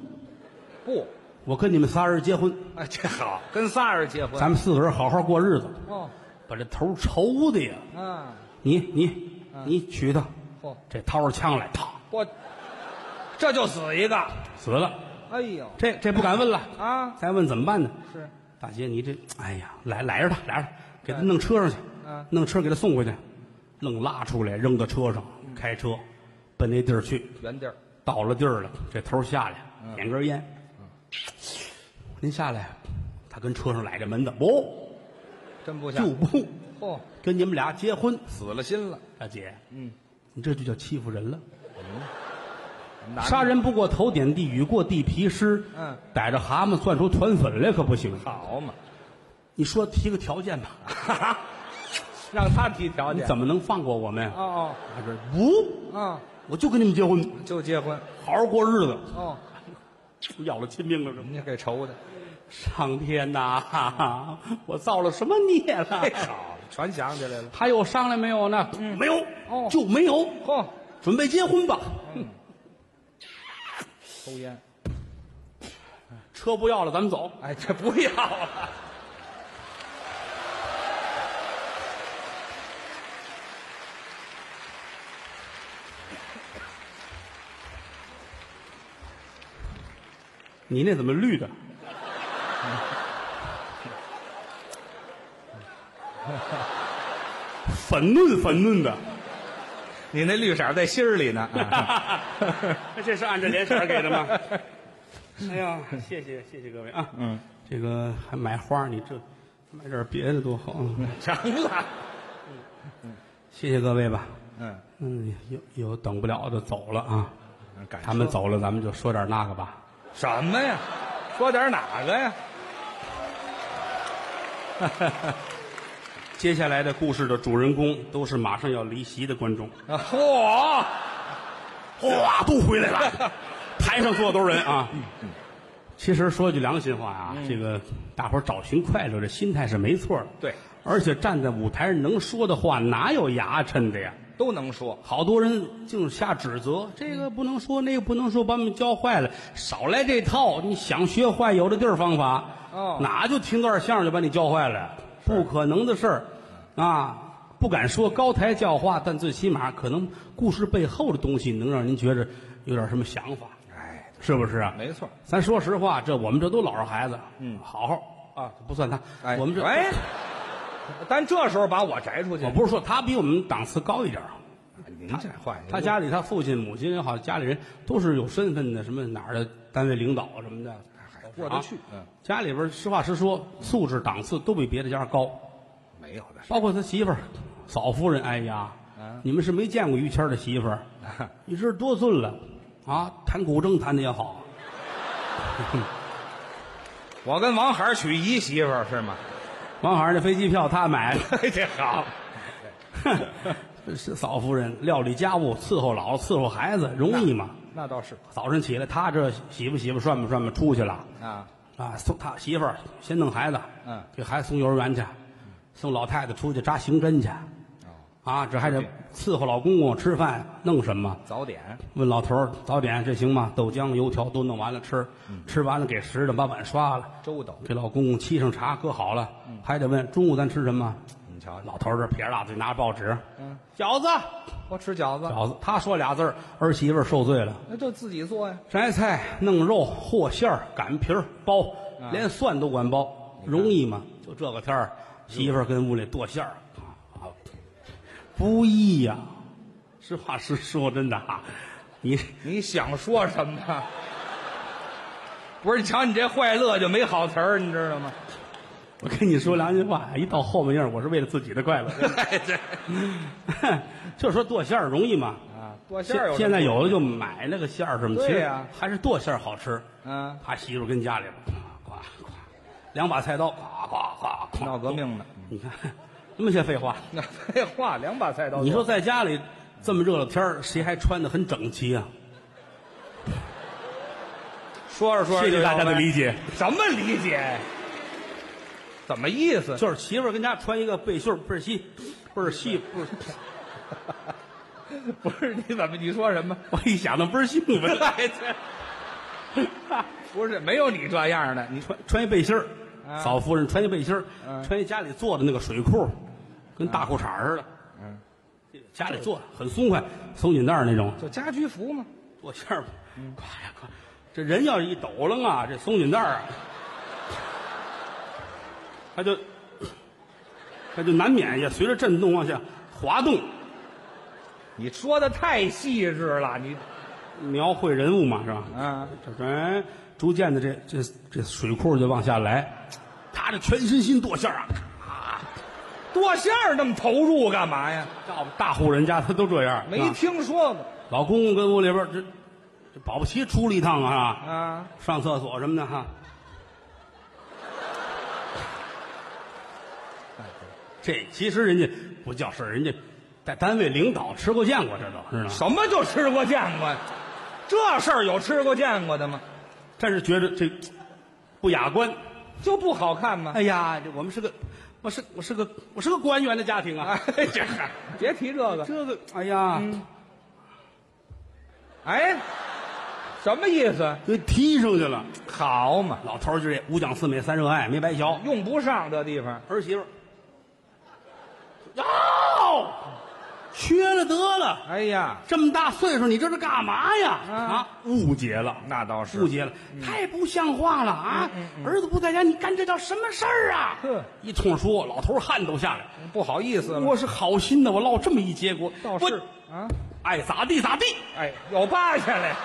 B: 不，
A: 我跟你们仨人结婚，
B: 哎，这好，跟仨人结婚，
A: 咱们四个人好好过日子，
B: 哦，
A: 把这头愁的呀。
B: 啊，
A: 你你
B: 嗯
A: 你娶她，
B: 嚯，
A: 这掏出枪来，啪
B: 我这就死一个，
A: 死了。
B: 哎呦，
A: 这这不敢问了，
B: 啊，
A: 再问怎么办呢？
B: 是，
A: 大姐，你这，哎呀，来来着他，来着他，给他弄车上去，
B: 嗯
A: 弄车给他送回去，愣拉出来扔到车上，
B: 嗯
A: 开车奔那地儿去。
B: 原地儿，
A: 到了地儿了，这头下来，
B: 嗯
A: 点根烟，您下来，他跟车上来这门子，不
B: 真不像
A: 就，不
B: 嚯，
A: 跟你们俩结婚，
B: 死了心了，
A: 大姐，
B: 嗯，
A: 你这就叫欺负人了。
B: 男的
A: 杀人不过头点地，雨过地皮湿。
B: 嗯，
A: 逮着蛤蟆攥出团粉来可不行。
B: 好嘛，
A: 你说提个条件吧，
B: 让他提条
A: 你
B: 件，
A: 怎么能放过我们？呀？
B: 哦
A: 他这不，
B: 哦，啊，
A: 我就跟你们结婚，
B: 就结婚，
A: 好好过日子，
B: 哦，
A: 要了亲命了这不。
B: 你给愁的，
A: 上天呐，哈哈我造了什么孽了
B: 嘿？好，全想起来了，
A: 还有商量没有呢？没有，
B: 哦
A: 就没有。
B: 嚯，
A: 准备结婚吧，
B: 抽烟，
A: 车不要了，咱们走。
B: 哎，这不要了，
A: 你那怎么绿的？ 粉嫩粉嫩的，
B: 你那绿色在心儿里呢， 啊
A: 这是按着脸色给的 吗？哎呀，谢谢谢谢各位啊！
B: 嗯，
A: 这个还买花，你这买点别的多好啊！
B: 成了，
A: 谢谢各位吧。
B: 嗯，
A: 嗯，有有等不了的走了啊，
B: 赶
A: 他们
B: 车
A: 走了，咱们就说点那个吧。
B: 什么呀？说点哪个呀？
A: 接下来的故事的主人公都是马上要离席的观众，
B: 啊嚯！
A: 哗都回来了， 台上坐多少人啊？其实说句良心话啊，这个大伙儿找寻快乐的心态是没错的，
B: 对，
A: 而且站在舞台上能说的话，哪有牙碜的呀？
B: 都能说，
A: 好多人净瞎指责，这个不能说，那个不能说，把我们教坏了，少来这套。你想学坏，有的地儿方法。
B: 哦
A: 哪就听段相声就把你教坏了？不可能的事儿，啊，不敢说高抬教化，但最起码可能故事背后的东西能让您觉着有点什么想法，
B: 哎，
A: 是不是啊？
B: 没错
A: 咱说实话，这我们这都老实孩子，嗯，好好
B: 啊，
A: 不算他，
B: 哎，
A: 我们这，
B: 哎，但这时候把我摘出去
A: 我，不是说他比我们档次高一点儿。啊
B: 您这换
A: 他家里他父亲、母亲也好，家里人都是有身份的，什么哪儿的单位领导什么的，
B: 还过得去
A: 啊，
B: 嗯，
A: 家里边儿实话实说，素质档次都比别的家高，
B: 没有的事，
A: 包括他媳妇儿嫂夫人。哎呀，
B: 嗯
A: 你们是没见过于谦儿的媳妇儿，你知道多俊了啊！弹古筝弹的也好，
B: 我跟王孩娶姨媳妇儿是吗？
A: 王海儿那飞机票他买的。
B: 嘿，这好，
A: 是嫂夫人料理家务，伺候老伺候孩子容易吗？
B: 那倒是
A: 早晨起来，他这洗吧洗吧，涮吧涮吧，出去了。
B: 啊，
A: 啊，送他媳妇儿先弄孩子，
B: 嗯
A: 给孩子送幼儿园去，送老太太出去扎刑针去，
B: 哦
A: 啊，这还得伺候老公公吃饭，弄什么？
B: 早点，
A: 问老头儿早点这行吗？豆浆、油条都弄完了吃，
B: 嗯
A: 吃完了给拾的，把碗刷了，
B: 周到，
A: 给老公公沏上茶，搁好了，
B: 嗯
A: 还得问中午咱吃什么？
B: 你瞧瞧，
A: 老头儿这撇着大嘴拿着报纸，
B: 嗯，
A: 饺子，
B: 我吃饺子，
A: 饺子。他说俩字儿，儿媳妇儿受罪了。
B: 那就自己做呀，
A: 摘菜、弄肉、和馅儿、擀皮儿、包，
B: 啊
A: 连蒜都管包，容易吗？就这个天儿，媳妇儿跟屋里剁馅儿，啊，不易呀、实话实说，真的啊，你
B: 你想说什么？不是，瞧你这坏乐就没好词儿，你知道吗？
A: 我跟你说良心话，一到后半夜，我是为了自己的快乐。
B: 哎，对
A: 就说剁馅儿容易吗？
B: 啊，剁馅
A: 现
B: 儿有
A: 现
B: 什么
A: 在有的就买那个馅儿什么，其
B: 对
A: 实
B: 呀
A: 还是剁馅儿好吃。
B: 啊，
A: 他媳妇跟家里边，咵咵咵，两把菜刀，咵咵咵咵，
B: 闹革命呢。
A: 你看， 那么些废话。
B: 那废话，两把菜刀。
A: 你说在家里这么热的天儿，谁还穿的很整齐啊？
B: 说着说着，
A: 谢谢大家的理解。
B: 解。什么理解？怎么意思？
A: 就是媳妇儿跟家穿一个背心儿倍儿细，倍儿细，倍儿。
B: 不是你怎么你说什么？
A: 我一想到倍儿兴奋。
B: 哎，对不是没有你这样的，你
A: 穿穿一背心儿，
B: 啊
A: 嫂夫人穿一背心儿，
B: 嗯
A: 穿一家里做的那个水裤，跟大裤衩儿似的。
B: 嗯，
A: 家里做的很松快，松紧带儿那种。
B: 就家居服嘛。
A: 剁馅儿吧，
B: 嗯
A: 快呀快！这人要是一抖楞啊，这松紧带儿啊，它就它就难免也随着震动往下滑动，
B: 你说的太细致了，你
A: 描绘人物嘛，是吧？
B: 啊，
A: 这人逐渐的这这这水库就往下来，他这全身心剁馅儿啊，
B: 剁馅儿那么投入干嘛呀？
A: 大大户人家他都这样，
B: 没
A: 啊
B: 听说过
A: 老公公跟屋里边儿这这保不齐出了一趟啊，
B: 啊？
A: 上厕所什么的哈、哎这其实人家不叫事儿，人家在单位领导吃过见过，这都知道吗。
B: 什么就吃过见过呀？这事儿有吃过见过的吗？
A: 但是觉得这不雅观。
B: 就不好看吗？
A: 哎呀，这我们是个，我是我是个我是个官员的家庭啊
B: 哎，，这别提这个，
A: 这个哎呀，
B: 哎，什么意思？
A: 给踢上去了。
B: 好嘛，
A: 老头儿就这五讲四美三热爱，没白学。
B: 用不上这地方，
A: 儿媳妇儿，哟，缺了得了，
B: 哎呀，
A: 这么大岁数，你这是干嘛呀？
B: 啊
A: 啊，嗯误解了，
B: 那倒是
A: 误解了，太不像话了啊！儿子不在家，你干这叫什么事儿啊
B: 哼？
A: 一通说，老头儿汗都下来了。
B: 不好意思了，
A: 我是好心的，我落这么一结果，
B: 倒
A: 我
B: 是啊，
A: 爱咋地咋地。
B: 哎，有扒下来，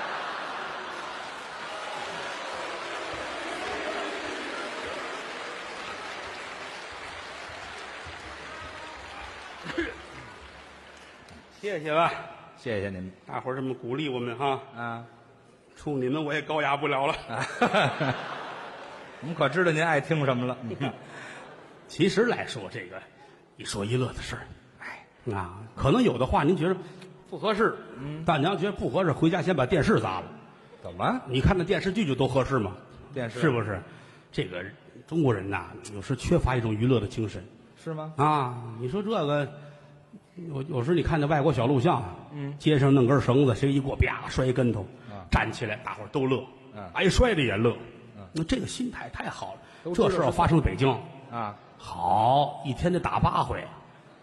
A: 谢谢吧，
B: 谢谢你们
A: 大伙儿这么鼓励我们哈，
B: 啊。
A: 冲你们我也高雅不了了。
B: 我们可知道 您爱听什么了。嗯
A: 其实来说，这个一说一乐的事儿，哎啊，可能有的话您觉得不合适，嗯，大娘觉得不合适，回家先把电视砸了。
B: 怎么？
A: 你看那电视剧就都合适吗？
B: 电视
A: 是不是？这个中国人呐，有时缺乏一种娱乐的精神
B: 是吗？
A: 啊。你说这个，有有时你看那外国小录像，嗯，街上弄根绳子，谁一过，啪摔一跟头，
B: 啊
A: 站起来，大伙儿都乐
B: 嗯，
A: 挨摔的也乐。那这个心态太好了。
B: 都知道
A: 这事儿发生在北京，
B: 啊，
A: 好，一天得打八回，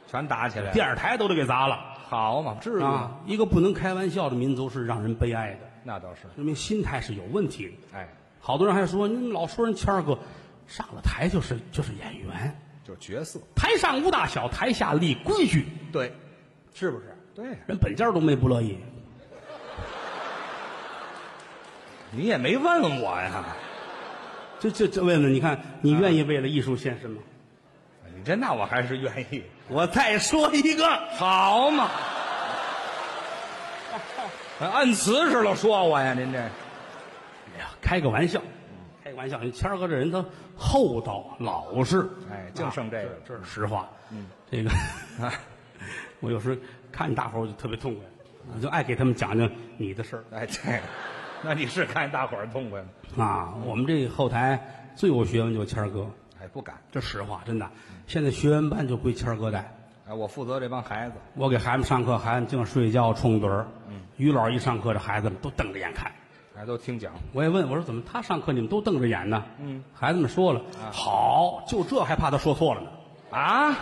B: 全打起来了。
A: 电视台都得给砸了
B: 好嘛，至于吗？
A: 啊！一个不能开玩笑的民族是让人悲哀的，
B: 那倒是。
A: 说明心态是有问题的。
B: 哎，
A: 好多人还说，您老说人谦儿哥上了台就是就是演员，
B: 就是角色。
A: 台上无大小，台下立规矩，
B: 对，
A: 是不是？
B: 对，
A: 人本家都没不乐意，
B: 你也没问我呀。
A: 这这这问问，你看你愿意为了艺术献身吗？
B: 你这那我还是愿意。
A: 嗯我再说一个，
B: 好嘛，按瓷实了说我呀，您这
A: 哎呀，开个玩笑，开个玩笑，人谦儿哥这人他厚道老实，
B: 哎净剩这
A: 啊
B: 个
A: 这这是实话。嗯，这个 我有时候看大伙儿我就特别痛快，我就爱给他们讲讲你的事儿。
B: 哎对，那你是看大伙儿痛快吗？
A: 啊，我们这后台最有学问就是谦儿哥，
B: 哎，不敢。
A: 这实话，真的。现在学员班就归谦儿哥带，
B: 哎，我负责这帮孩子。
A: 我给孩子们上课，孩子净睡觉冲盹儿。于老师一上课，这孩子们都瞪着眼看。
B: 哎，都听讲。
A: 我也问我说怎么他上课你们都瞪着眼呢？
B: 嗯，
A: 孩子们说了，好，就这还怕他说错了呢？
B: 啊？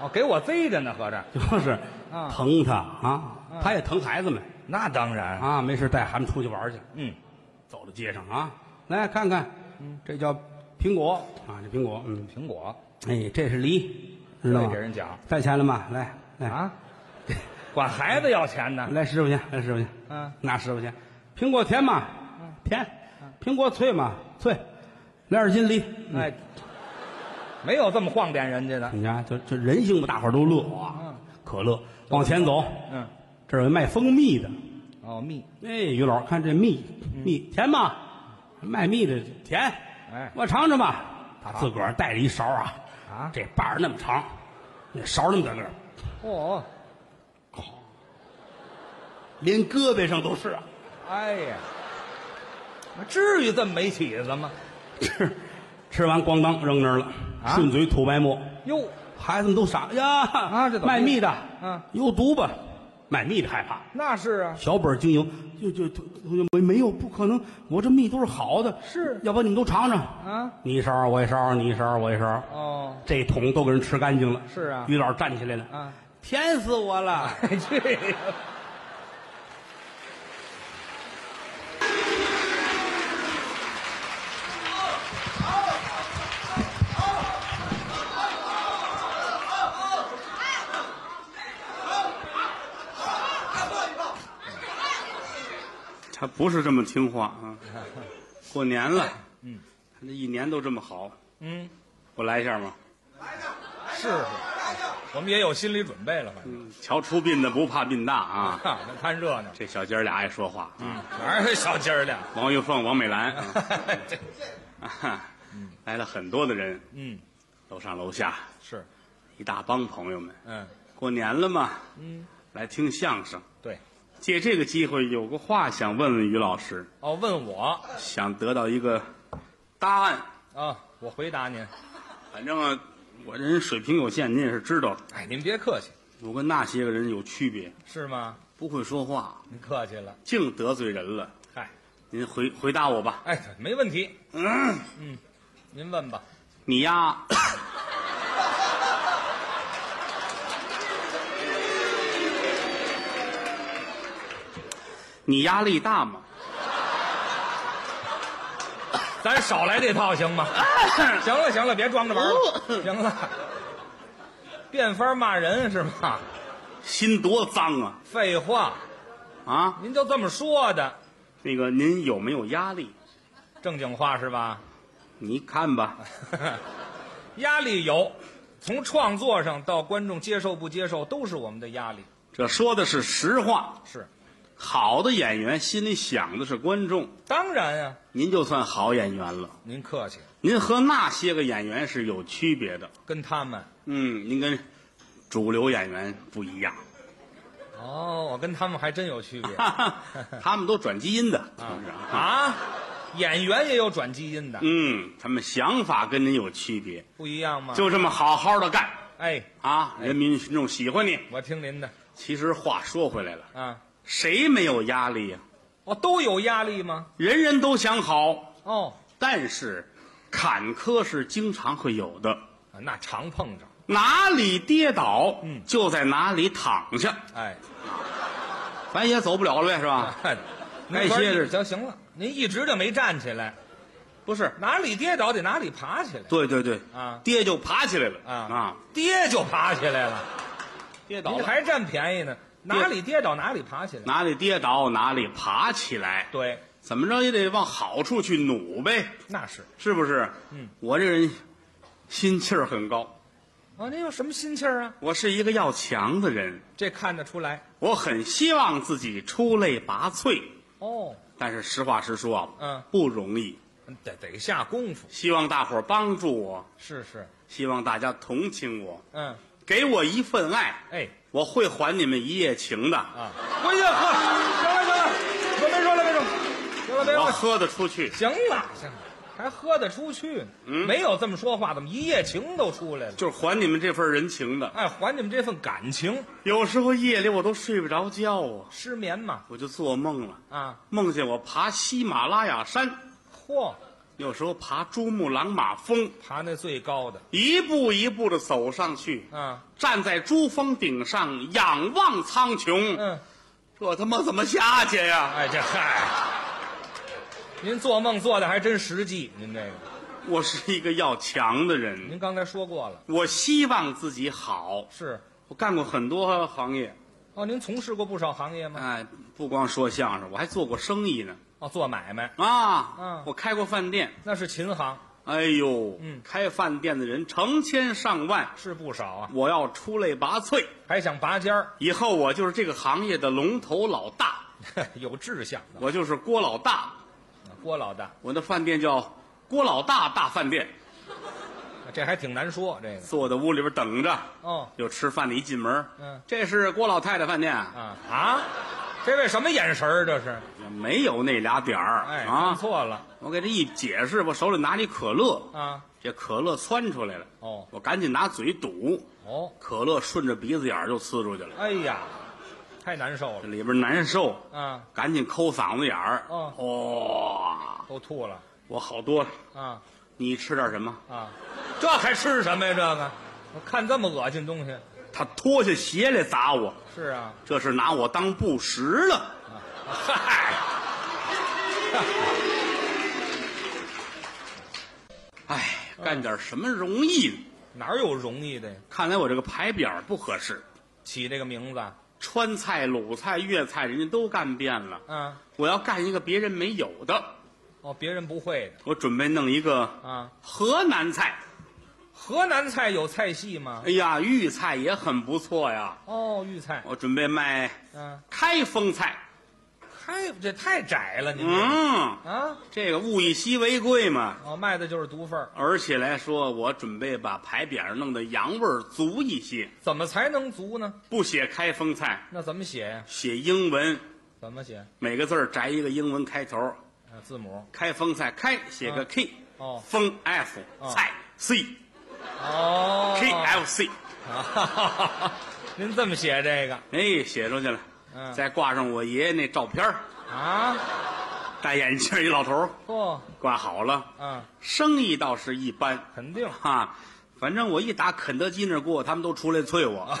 B: 哦，给我贼着呢，合着。
A: 就是
B: 啊
A: 疼他啊，他也疼孩子们
B: 那当然。
A: 啊，没事带孩子们出去玩儿去，
B: 嗯，
A: 走到街上啊，来看看，这叫苹果啊，这苹果，嗯，
B: 苹果，
A: 哎，这是梨，知道
B: 得
A: 吗
B: 给？人讲
A: 带钱了吗？来来
B: 啊，管孩子要钱呢。
A: 来十块钱，来十块钱，
B: 嗯，
A: 拿十块钱，苹果甜吗？甜。
C: 苹果脆嘛，脆，来点金梨。嗯
B: 哎，没有这么晃点人家的。
C: 你看，就就人性嘛，大伙儿都乐啊
B: 嗯。
C: 可乐，往前走，
B: 嗯，
C: 这儿有卖蜂蜜的。
B: 哦，蜜，
C: 哎，于老师看这蜜，
B: 嗯
C: 蜜甜吗？卖蜜的甜。
B: 哎
C: 我尝尝吧。他自个儿带着一勺啊，
B: 啊
C: 这把儿那么长，那勺那么点儿个儿，
B: 哦，
C: 连胳膊上都是啊。
B: 哎呀，至于这么没起子吗？
C: 吃，吃完咣当扔那儿了，
B: 啊
C: 顺嘴吐白沫。
B: 哟，
C: 孩子们都傻呀！啊
B: 这怎么
C: 卖蜜的，
B: 嗯
C: 有毒吧？卖蜜的害怕。
B: 那是啊，
C: 小本经营，就就同同学没没有不可能，我这蜜都是好的，
B: 是
C: 要不你们都尝尝
B: 啊，
C: 你一勺我一勺，你一勺我一勺，
B: 哦，
C: 这桶都给人吃干净了。
B: 是啊
C: 于老师站起来了，
B: 啊，
C: 甜死我 了！
B: 哎去呀，
A: 他不是这么听话 啊。过年了，嗯，他这一年都这么好，
B: 嗯，
A: 我来一下嘛。
B: 是是，我们也有心理准备了，反正
A: 嗯瞧出殡的不怕殡大啊。
B: 啊，那看热闹，
A: 这小姐儿俩爱说话啊，
B: 哪是小鸡儿俩？
A: 王玉凤、王美兰啊
B: 这
A: 啊，来了很多的人，
B: 嗯，
A: 楼上楼下
B: 是，
A: 一大帮朋友们。
B: 嗯，
A: 过年了嘛，嗯，来听相声，
B: 对，
A: 借这个机会有个话想问问于老师，
B: 哦，问我
A: 想得到一个答案。
B: 啊，我回答您，
A: 反正啊，我这人水平有限，您也是知道的，
B: 哎，您别客气，
A: 我跟那些个人有区别。
B: 是吗？
A: 不会说话，
B: 您客气了，
A: 净得罪人了。
B: 嗨，
A: 您回回答我吧。
B: 哎，没问题，
A: 嗯，
B: 您问吧，
A: 你呀， 你压力大吗？
B: 咱少来这套行吗？行了行了，别装着玩了，行了，变法骂人是吗？
A: 心多脏啊！
B: 废话，
A: 啊，
B: 您就这么说的，
A: 那个您有没有压力？
B: 正经话是吧？
A: 你看吧，
B: 压力有，从创作上到观众接受不接受，都是我们的压力。
A: 这说的是实话。
B: 是，
A: 好的演员心里想的是观众，
B: 当然啊，
A: 您就算好演员了。
B: 您客气，
A: 您和那些个演员是有区别的。
B: 跟他们
A: 嗯，您跟主流演员不一样。
B: 哦，我跟他们还真有 区别
A: 他们都转基因的，是啊，
B: 啊。演员也有转基因的，
A: 嗯，他们想法跟您有区别，
B: 不一样吗？
A: 就这么好好的干
B: 啊哎，
A: 啊！人民群众喜欢你。
B: 我听您的
A: 其实话说回来了，
B: 啊，
A: 谁没有压力呀、
B: 我都有压力吗？
A: 人人都想好，
B: 哦，
A: 但是坎坷是经常会有的。
B: 啊那常碰着，
A: 哪里跌倒，
B: 嗯
A: 就在哪里躺下，
B: 哎，
A: 咱也走不了了呗，是
B: 啊
A: 吧？
B: 那
A: 啊歇着
B: 行行了，您一直就没站起来，
A: 不是，
B: 哪里跌倒得哪里爬起来
A: 对对对，
B: 啊
A: 跌就爬起来了
B: 啊，跌就爬起来了，
A: 跌倒
B: 您
A: 了，
B: 还占便宜呢，哪里跌倒哪里爬起来，
A: 哪里跌倒哪里爬起来。
B: 对，
A: 怎么着也得往好处去努呗，
B: 那是
A: 是不是？
B: 嗯，
A: 我这人心气儿很高，
B: 啊，您有什么心气儿啊？
A: 我是一个要强的人，
B: 这看得出来
A: 我很希望自己出类拔萃，
B: 哦，
A: 但是实话实说啊，
B: 嗯
A: 不容易。
B: 得得下功夫，
A: 希望大伙儿帮助我，
B: 是是，
A: 希望大家同情我，
B: 嗯，
A: 给我一份爱，
B: 哎
A: 我会还你们一夜情的。
B: 啊，回去喝，行了行了，我没说了没说了，行了别
A: 我
B: 问了。
A: 喝得出去，
B: 行了，行了，还喝得出去呢？没有这么说话，怎么一夜情都出来了？
A: 就是还你们这份人情的。
B: 哎，还你们这份感情，
A: 有时候夜里我都睡不着觉啊，
B: 失眠嘛
A: 我就做梦了，
B: 啊，
A: 梦见我爬喜马拉雅山。
B: 嚯，
A: 有时候爬珠穆朗玛峰，
B: 爬那最高的
A: 一步一步的走上去，
B: 啊，
A: 站在珠峰顶上仰望苍穹，
B: 嗯，
A: 这他妈怎么下去呀？
B: 哎这嗨，您做梦做的还真实际，您这个，
A: 我是一个要强的人，
B: 您刚才说过了，
A: 我希望自己好。
B: 是
A: 我干过很多行业，
B: 哦，您从事过不少行业吗？
A: 哎，不光说相声，我还做过生意呢。
B: 哦，做买卖
A: 啊。
B: 嗯
A: 我开过饭店，
B: 那是琴行，
A: 哎呦，
B: 嗯
A: 开饭店的人成千上万，
B: 是不少啊，
A: 我要出类拔萃，
B: 还想拔尖儿，
A: 以后我就是这个行业的龙头老大，
B: 有志向的
A: 我就是郭老大，
B: 郭老大，
A: 我的饭店叫郭老大大饭店，
B: 这还挺难说这个。
A: 坐我的屋里边等着，
B: 哦，
A: 有吃饭的一进门，
B: 嗯，
A: 这是郭老太太饭店啊，
B: 啊啊，这位什么眼神儿？这是，
A: 没有那俩点儿，
B: 哎，看
A: 啊，
B: 错了
A: 我给他一解释，我手里拿起可乐，
B: 啊，
A: 这可乐窜出来了，
B: 哦
A: 我赶紧拿嘴堵，
B: 哦，
A: 可乐顺着鼻子眼儿就呲出去了，
B: 哎呀，太难受
A: 这
B: 了
A: 里边难受，
B: 啊，
A: 赶紧抠嗓子眼儿，
B: 哦
A: 哦，
B: 都吐了
A: 我好多了，
B: 啊
A: 你吃点什么？
B: 啊，这还吃什么呀？这个，我看这么恶心东西，
A: 他脱下鞋来砸我，
B: 是啊，
A: 这是拿我当布什了。
B: 嗨，
A: 哎，干点什么容易的？
B: 哪有容易的呀？
A: 看来我这个牌匾不合适，
B: 起这个名字啊
A: 川菜、鲁菜、粤菜，人家都干遍了。
B: 啊，
A: 我要干一个别人没有的，
B: 哦，别人不会的
A: 我准备弄一个
B: 啊。
A: 河南菜。
B: 河南菜有菜系吗？
A: 哎呀，豫菜也很不错呀。
B: 哦，豫菜，
A: 我准备卖
B: 嗯、
A: 开封菜。
B: 太这太窄了，您这
A: 嗯，
B: 啊，
A: 这个物以稀为贵嘛。
B: 哦，卖的就是独份儿，
A: 而且来说，我准备把牌匾上弄得洋味儿足一些，
B: 怎么才能足呢？
A: 不写开封菜，
B: 那怎么写呀？
A: 写英文，
B: 怎么写？
A: 每个字儿摘一个英文开头。
B: 呃，字母。
A: 开封菜开写个
B: 嗯
A: K，
B: 哦
A: 封 F
B: 哦
A: 菜 C
B: 哦
A: K F C，
B: 啊， 您这么写这个
A: 哎，写出去了。
B: 嗯
A: 再挂上我爷爷那照片儿，
B: 啊？
A: 戴眼镜一老头儿，
B: 不、
A: 挂好了。
B: 啊，
A: 生意倒是一般，
B: 肯定。
A: 哈、反正我一打肯德基那儿过，他们都出来催我。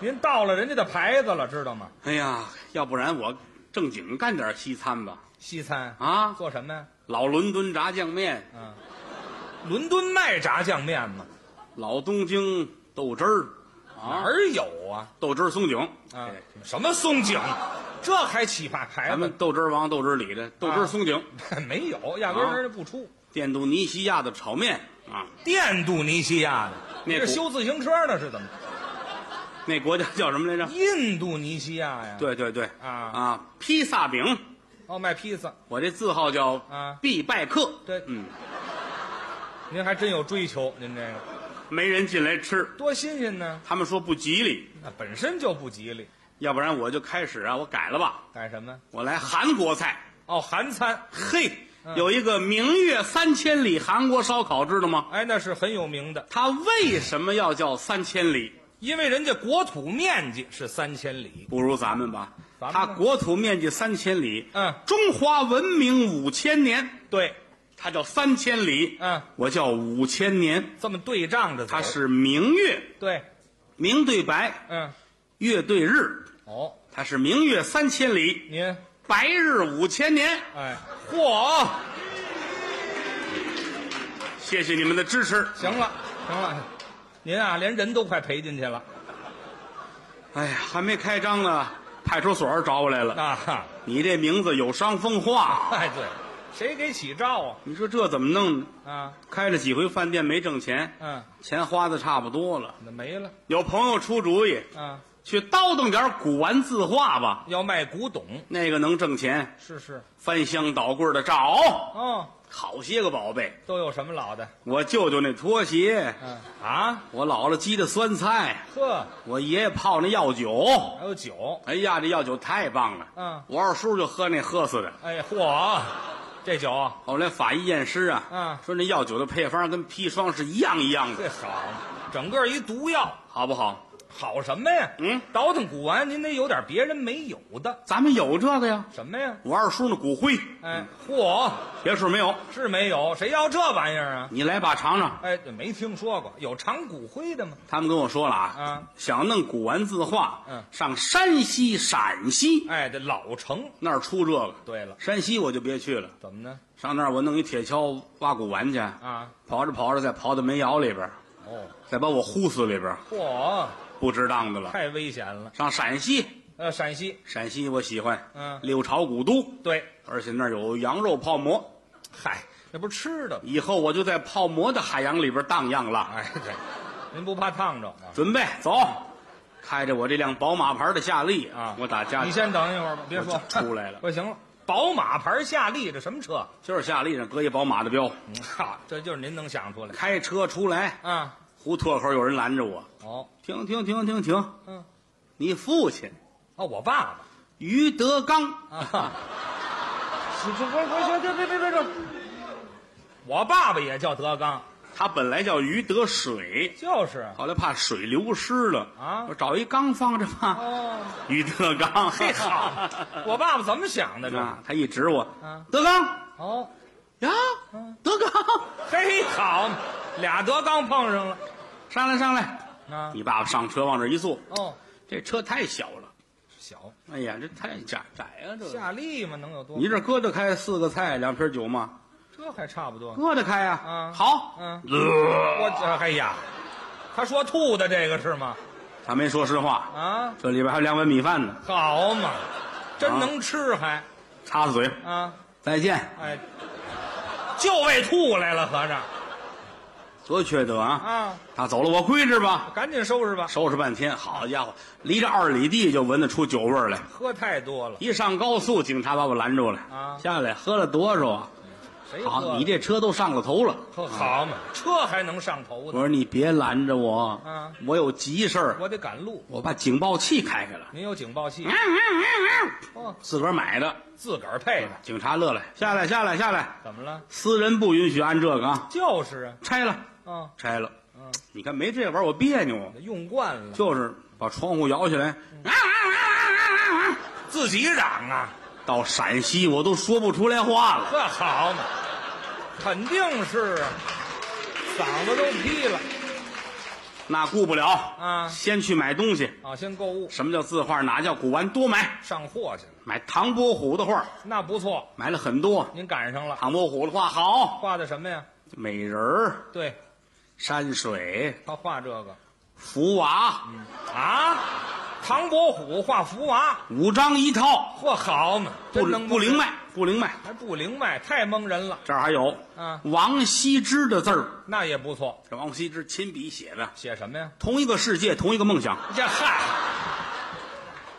B: 您到了人家的牌子了，知道吗？
A: 哎呀，要不然我正经干点西餐吧？
B: 西餐
A: 啊，
B: 做什么呀？
A: 老伦敦炸酱面，
B: 嗯、伦敦卖炸酱面吗？
A: 老东京豆汁儿，
B: 哪
A: 啊，
B: 儿有啊？
A: 豆汁儿松井
B: 啊
A: 哎，
B: 什么松井？这还啊起把牌
A: 咱们
B: 子？
A: 豆汁儿王、豆汁儿李的豆汁儿松井，
B: 没有，压根儿人家不出。
A: 电镀尼西亚的炒面啊，
B: 电镀尼西亚的，
A: 那
B: 你这
A: 股
B: 修自行车呢是怎么着？
A: 那国家 叫什么来着？
B: 印度尼西亚呀？，
A: 对对对，
B: 啊
A: 啊，披萨饼，
B: 哦，卖披萨，
A: 我这字号叫
B: 啊
A: 必拜客。
B: 对
A: 嗯，
B: 您还真有追求，您这个
A: 没人进来吃，
B: 多新鲜呢！
A: 他们说不吉利，
B: 那本身就不吉利，
A: 要不然我就开始啊，我改了吧，
B: 干什么？
A: 我来韩国菜。
B: 哦，韩餐，
A: 嘿，
B: 嗯
A: 有一个明月三千里韩国烧烤，知道吗？
B: 哎，那是很有名的，
A: 它为什么要叫三千里？
B: 因为人家国土面积是三千里，
A: 不如咱们吧，
B: 咱们
A: 它
B: 呢
A: 国土面积三千里，
B: 嗯
A: 中华文明五千年。
B: 对，
A: 它叫三千里，
B: 嗯，哦
A: 我叫五千年。
B: 这么对仗着走
A: 它是明月，
B: 对，
A: 明对白，
B: 嗯，
A: 月对日，
B: 哦，
A: 它是明月三千里，
B: 您，
A: 白日五千年。
B: 哎，嚯，
A: 谢谢你们的支持。
B: 行了，行了，您啊，连人都快赔进去了，
A: 哎呀，还没开张呢，派出所找我来了。
B: 啊， 哈
A: 你这名字有伤风化，
B: 哎，对，谁给起照
A: 你说这怎么弄呢？
B: 啊？啊，
A: 开了几回饭店没挣钱，
B: 嗯，
A: 钱花的差不多了。
B: 那没了，
A: 有朋友出主意，
B: 啊，
A: 去叨叨点古玩字画吧，
B: 要卖古董，
A: 那个能挣钱。
B: 是是，
A: 翻箱倒柜的找，
B: 哦，
A: 好些个宝贝。
B: 都有什么老的？
A: 我舅舅那拖鞋，
B: 嗯啊，
A: 我姥姥鸡的酸菜，
B: 呵，
A: 我爷爷泡那药酒。
B: 还有酒，
A: 哎呀，这药酒太棒了！
B: 嗯
A: 我二叔就喝那喝死的。
B: 哎，嚯，这酒啊
A: 后来法医验尸啊，
B: 嗯
A: 说那药酒的配方跟砒霜是一样一样的，
B: 这好，整个一毒药，
A: 好不好？
B: 好什么呀？
A: 嗯，
B: 倒腾古玩，您得有点别人没有的，
A: 咱们有这个呀。
B: 什么呀？
A: 我二叔那骨灰，
B: 哎，嚯，
A: 别处没有，
B: 是没有，谁要这玩意儿啊？
A: 你来把尝尝。
B: 哎，没听说过有藏骨灰的吗？
A: 他们跟我说了啊，
B: 嗯
A: 想弄古玩字画，
B: 嗯
A: 上山西、陕西
B: 哎，这老城。
A: 那儿出这个。
B: 对了，
A: 山西我就别去了，
B: 怎么呢？
A: 上那儿我弄一铁锹挖古玩去，
B: 啊，
A: 刨着刨着再刨到煤窑里边儿，
B: 哦，
A: 再把我呼死里边儿，
B: 嚯，
A: 不值当的了。
B: 太危险了。
A: 上陕西
B: 呃，陕西，
A: 陕西我喜欢，
B: 嗯
A: 六朝古都，
B: 对，
A: 而且那儿有羊肉泡馍，
B: 嗨，那不是吃的吗？
A: 以后我就在泡馍的海洋里边荡漾了。
B: 哎，对，您不怕烫着啊？
A: 准备走，开着我这辆宝马牌的夏利
B: 啊
A: 我打家
B: 你先等一会儿吧，别说
A: 我这出来了
B: 不行了，宝马牌夏利，这什么车？
A: 就是夏利上搁一宝马的标，
B: 嗯哈，这就是您能想出来
A: 开车出来，
B: 啊？
A: 胡同口有人拦着我，
B: 哦，
A: 停停停停停，
B: 嗯，
A: 你父亲
B: 哦，我爸爸。
A: 于德刚，
B: 啊！这这不不行，别别别别这！我爸爸也叫德刚，
A: 他本来叫于德水，
B: 就是
A: 后来怕水流失了
B: 啊
A: 我找一缸放着吧，
B: 哦，
A: 于德刚，
B: 嘿好，我爸爸怎么想的 这？
A: 啊，他一指我
B: 啊，
A: 德刚
B: 哦，
A: 呀，
B: 嗯
A: 德刚，
B: 嘿好，俩德刚碰上了
A: 上来上来，
B: 啊！
A: 你爸爸上车往这一坐，
B: 哦，
A: 这车太小了，
B: 小
A: 哎呀，这太窄窄啊，这
B: 夏利嘛，能有多？
A: 你这搁得开四个菜两瓶酒吗？
B: 这还差不多。
A: 搁得开呀、
B: 啊
A: 好，呃
B: 嗯我这哎呀，他说吐的这个是吗？
A: 他没说实话，
B: 啊，
A: 这里边还有两碗米饭呢，
B: 好嘛，真
A: 啊
B: 能吃还
A: 插着嘴，
B: 啊！
A: 再见，
B: 哎，就为吐来了，合着
A: 多缺德啊！
B: 啊！
A: 他走了，我归置吧，
B: 赶紧收拾吧，
A: 收拾半天，好家伙，离这二里地就闻得出酒味儿来。
B: 喝太多了。
A: 一上高速，警察把我拦住了，
B: 啊
A: 下来喝了多少啊？
B: 谁喝
A: 好，
B: 了
A: 你这车都上了头了。
B: 喝好嘛，这还能上头
A: 我
B: 呢？
A: 说你别拦着我，
B: 啊
A: 我有急事儿，
B: 我得赶路。
A: 我把警报器开开了，
B: 您有警报
A: 嗯
B: 器，哦，
A: 自个儿买的。
B: 自个儿配的，
A: 警察乐了，下来，下来，下来，
B: 怎么了？
A: 私人不允许按这个啊，
B: 就是啊，
A: 拆了，
B: 啊，
A: 拆了。
B: 嗯，
A: 你看没这玩意儿我别扭，
B: 用惯了，
A: 就是把窗户摇起来，啊
B: 自己嚷啊，
A: 到陕西我都说不出来话了。
B: 这好嘛，肯定是啊，嗓子都劈了
A: 那顾不了
B: 啊
A: 先去买东西。
B: 啊！先购物
A: 什么叫字画？哪叫古玩？多买，
B: 上货去了，
A: 买唐伯虎的画，
B: 那不错，
A: 买了很多。
B: 您赶上了。
A: 唐伯虎的画好，
B: 画的什么呀？
A: 美人儿、
B: 对
A: 山水、
B: 他画这个
A: 福娃，
B: 啊，唐伯虎画福娃，
A: 五张一套，
B: 嚯，好嘛，
A: 不
B: 真能
A: 不灵
B: 卖。
A: 卖，不灵卖。
B: 还不灵脉，太蒙人了。
A: 这儿还有
B: 啊
A: 王羲之的字儿，
B: 那也不错，
A: 这王羲之亲笔写的，
B: 写什么呀？
A: 同一个世界，同一个梦想。
B: 这嗨，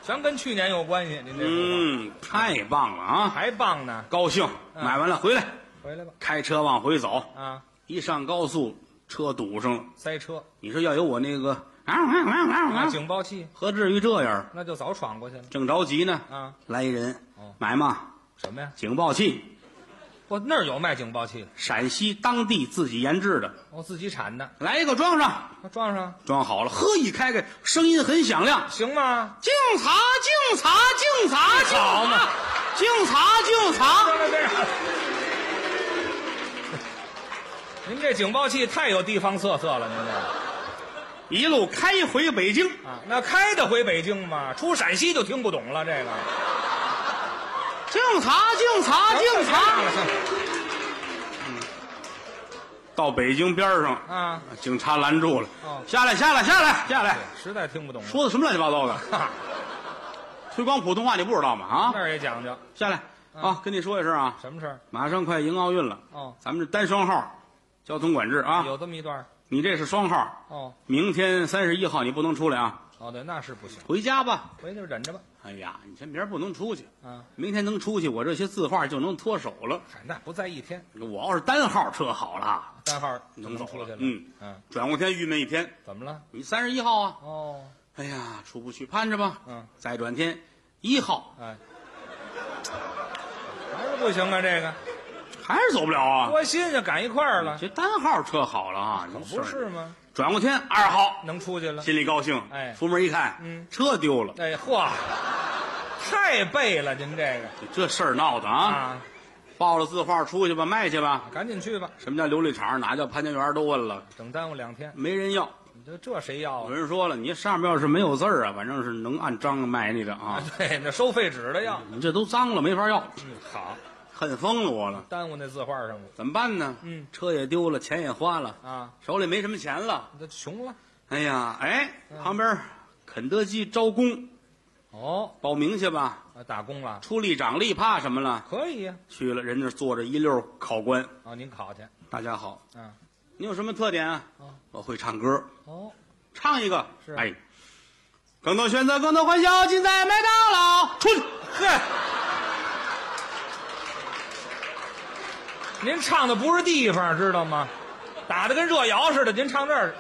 B: 全跟去年有关系。您这幅
A: 嗯，太棒了
B: 画
A: 啊！
B: 还棒呢，
A: 高兴，
B: 嗯
A: 买完了回来，
B: 回来吧。
A: 开车往回走，
B: 啊，
A: 一上高速，车堵上了。
B: 塞车，
A: 你说要有我那个啊啊啊
B: 啊，
A: 啊啊，
B: 警报器，
A: 何至于这样？
B: 那就早闯过去了。
A: 正着急呢，
B: 啊，
A: 来一人
B: 哦，
A: 买嘛，
B: 什么呀？
A: 警报器，
B: 我那儿有卖警报器的，
A: 陕西当地自己研制的，
B: 我自己产的，
A: 来一个装上，
B: 我装上
A: 装好了，呵，一开开，声音很响亮，
B: 行吗？
A: 警察，警察，警察，警
B: 好嘛
A: 察，警察，警察，
B: 这 这这。您这警报器太有地方特色了，您这个
A: 一路开回北京。
B: 啊，那开得回北京吗？出陕西就听不懂了，这个。
A: 警察，警察，警察！
B: 啊
A: 到北京边儿上，
B: 啊，
A: 警察拦住了
B: 哦，
A: 下来，下来，下来，下来！
B: 实在听不懂了。
A: 说的什么乱七八糟的？
B: 哈，
A: 推广普通话你不知道吗？啊
B: 那，儿也讲究
A: 下来啊，跟你说一声啊，
B: 什么事儿？
A: 马上快迎奥运了，
B: 哦，
A: 咱们这单双号，交通管制啊，
B: 有这么一段儿
A: 你这是双号，
B: 哦，
A: 明天三十一号你不能出来啊，
B: 哦对，那是不行，
A: 回家吧。
B: 回去忍着吧。
A: 哎呀，你这明儿不能出去，
B: 啊，
A: 明天能出去，我这些字画就能脱手了。
B: 嗨，那不在一天，
A: 我要是单号车好了。
B: 单号就
A: 能走
B: 出去
A: 了
B: 了。
A: 嗯转过天郁闷一天，
B: 怎么了？
A: 你三十一号啊，
B: 哦，
A: 哎呀，出不去，盼着吧。
B: 嗯，
A: 再转天一号
B: 哎，还是不行啊，这个
A: 还是走不了啊。
B: 多新鲜，赶一块儿了，
A: 这单号车好了啊，可
B: 不嗯是。吗？
A: 转过天二号，
B: 能出去了？
A: 心里高兴，
B: 哎
A: 出门一看，
B: 嗯
A: 车丢了，
B: 哎，嚯，太背了，您这个
A: 这事儿闹的啊，
B: 啊，
A: 抱着字画出去吧，卖去吧。
B: 赶紧去吧，
A: 什么叫琉璃厂？哪叫潘家园？都问了，
B: 等耽误两天，
A: 没人要。
B: 你说这谁要
A: 有
B: 啊？
A: 人说了，你上面要是没有字儿啊，反正是能按章卖你的啊
B: 啊，， 对，那收废纸的要。
A: 你这都脏了，没法要，
B: 嗯，好，
A: 恨疯了我了。
B: 耽误那字画上了
A: 怎么办呢？
B: 嗯，
A: 车也丢了，钱也花了，
B: 啊，
A: 手里没什么钱了。
B: 那穷了。
A: 哎呀，哎，旁边肯德基招工，
B: 哦，
A: 报名去吧，
B: 啊打工了，
A: 出力长力怕什么了？
B: 可以呀。
A: 去了，人那儿坐着一溜儿考官，
B: 啊，您考去，
A: 大家好，
B: 嗯，
A: 你有什么特点啊？我会唱歌，
B: 哦，
A: 唱一个。
B: 是
A: 哎，更多选择，更多欢笑，尽在麦当劳。出去，
B: 呵，您唱的不是地方，知道吗？打的跟热窑似的，您唱这儿，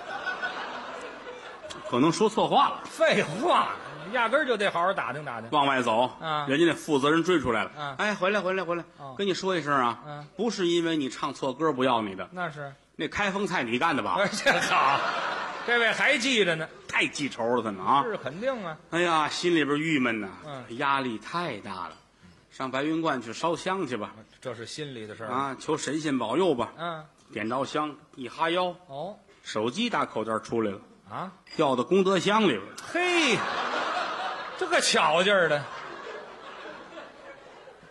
A: 可能说错话了，
B: 废话，压根儿就得好好打听打听。
A: 往外走，
B: 啊
A: 人家那负责人追出来了，
B: 啊
A: 哎，回来，回来，回来，
B: 哦
A: 跟你说一声啊，
B: 嗯
A: 不是因为你唱错歌不要你的，
B: 那是，
A: 那开封菜你干的吧？
B: 哎， 这好，这位还记着呢，
A: 太记仇了，他们啊，
B: 是肯定啊。
A: 哎呀，心里边郁闷呐，
B: 嗯
A: 压力太大了，上白云观去烧香去吧，
B: 这是心里的事儿。
A: 啊，求神仙保佑吧，
B: 嗯，
A: 点着香一哈腰，
B: 哦，
A: 手机打口袋出来了，
B: 啊，
A: 掉到功德箱里边了。
B: 嘿，这个巧劲儿的，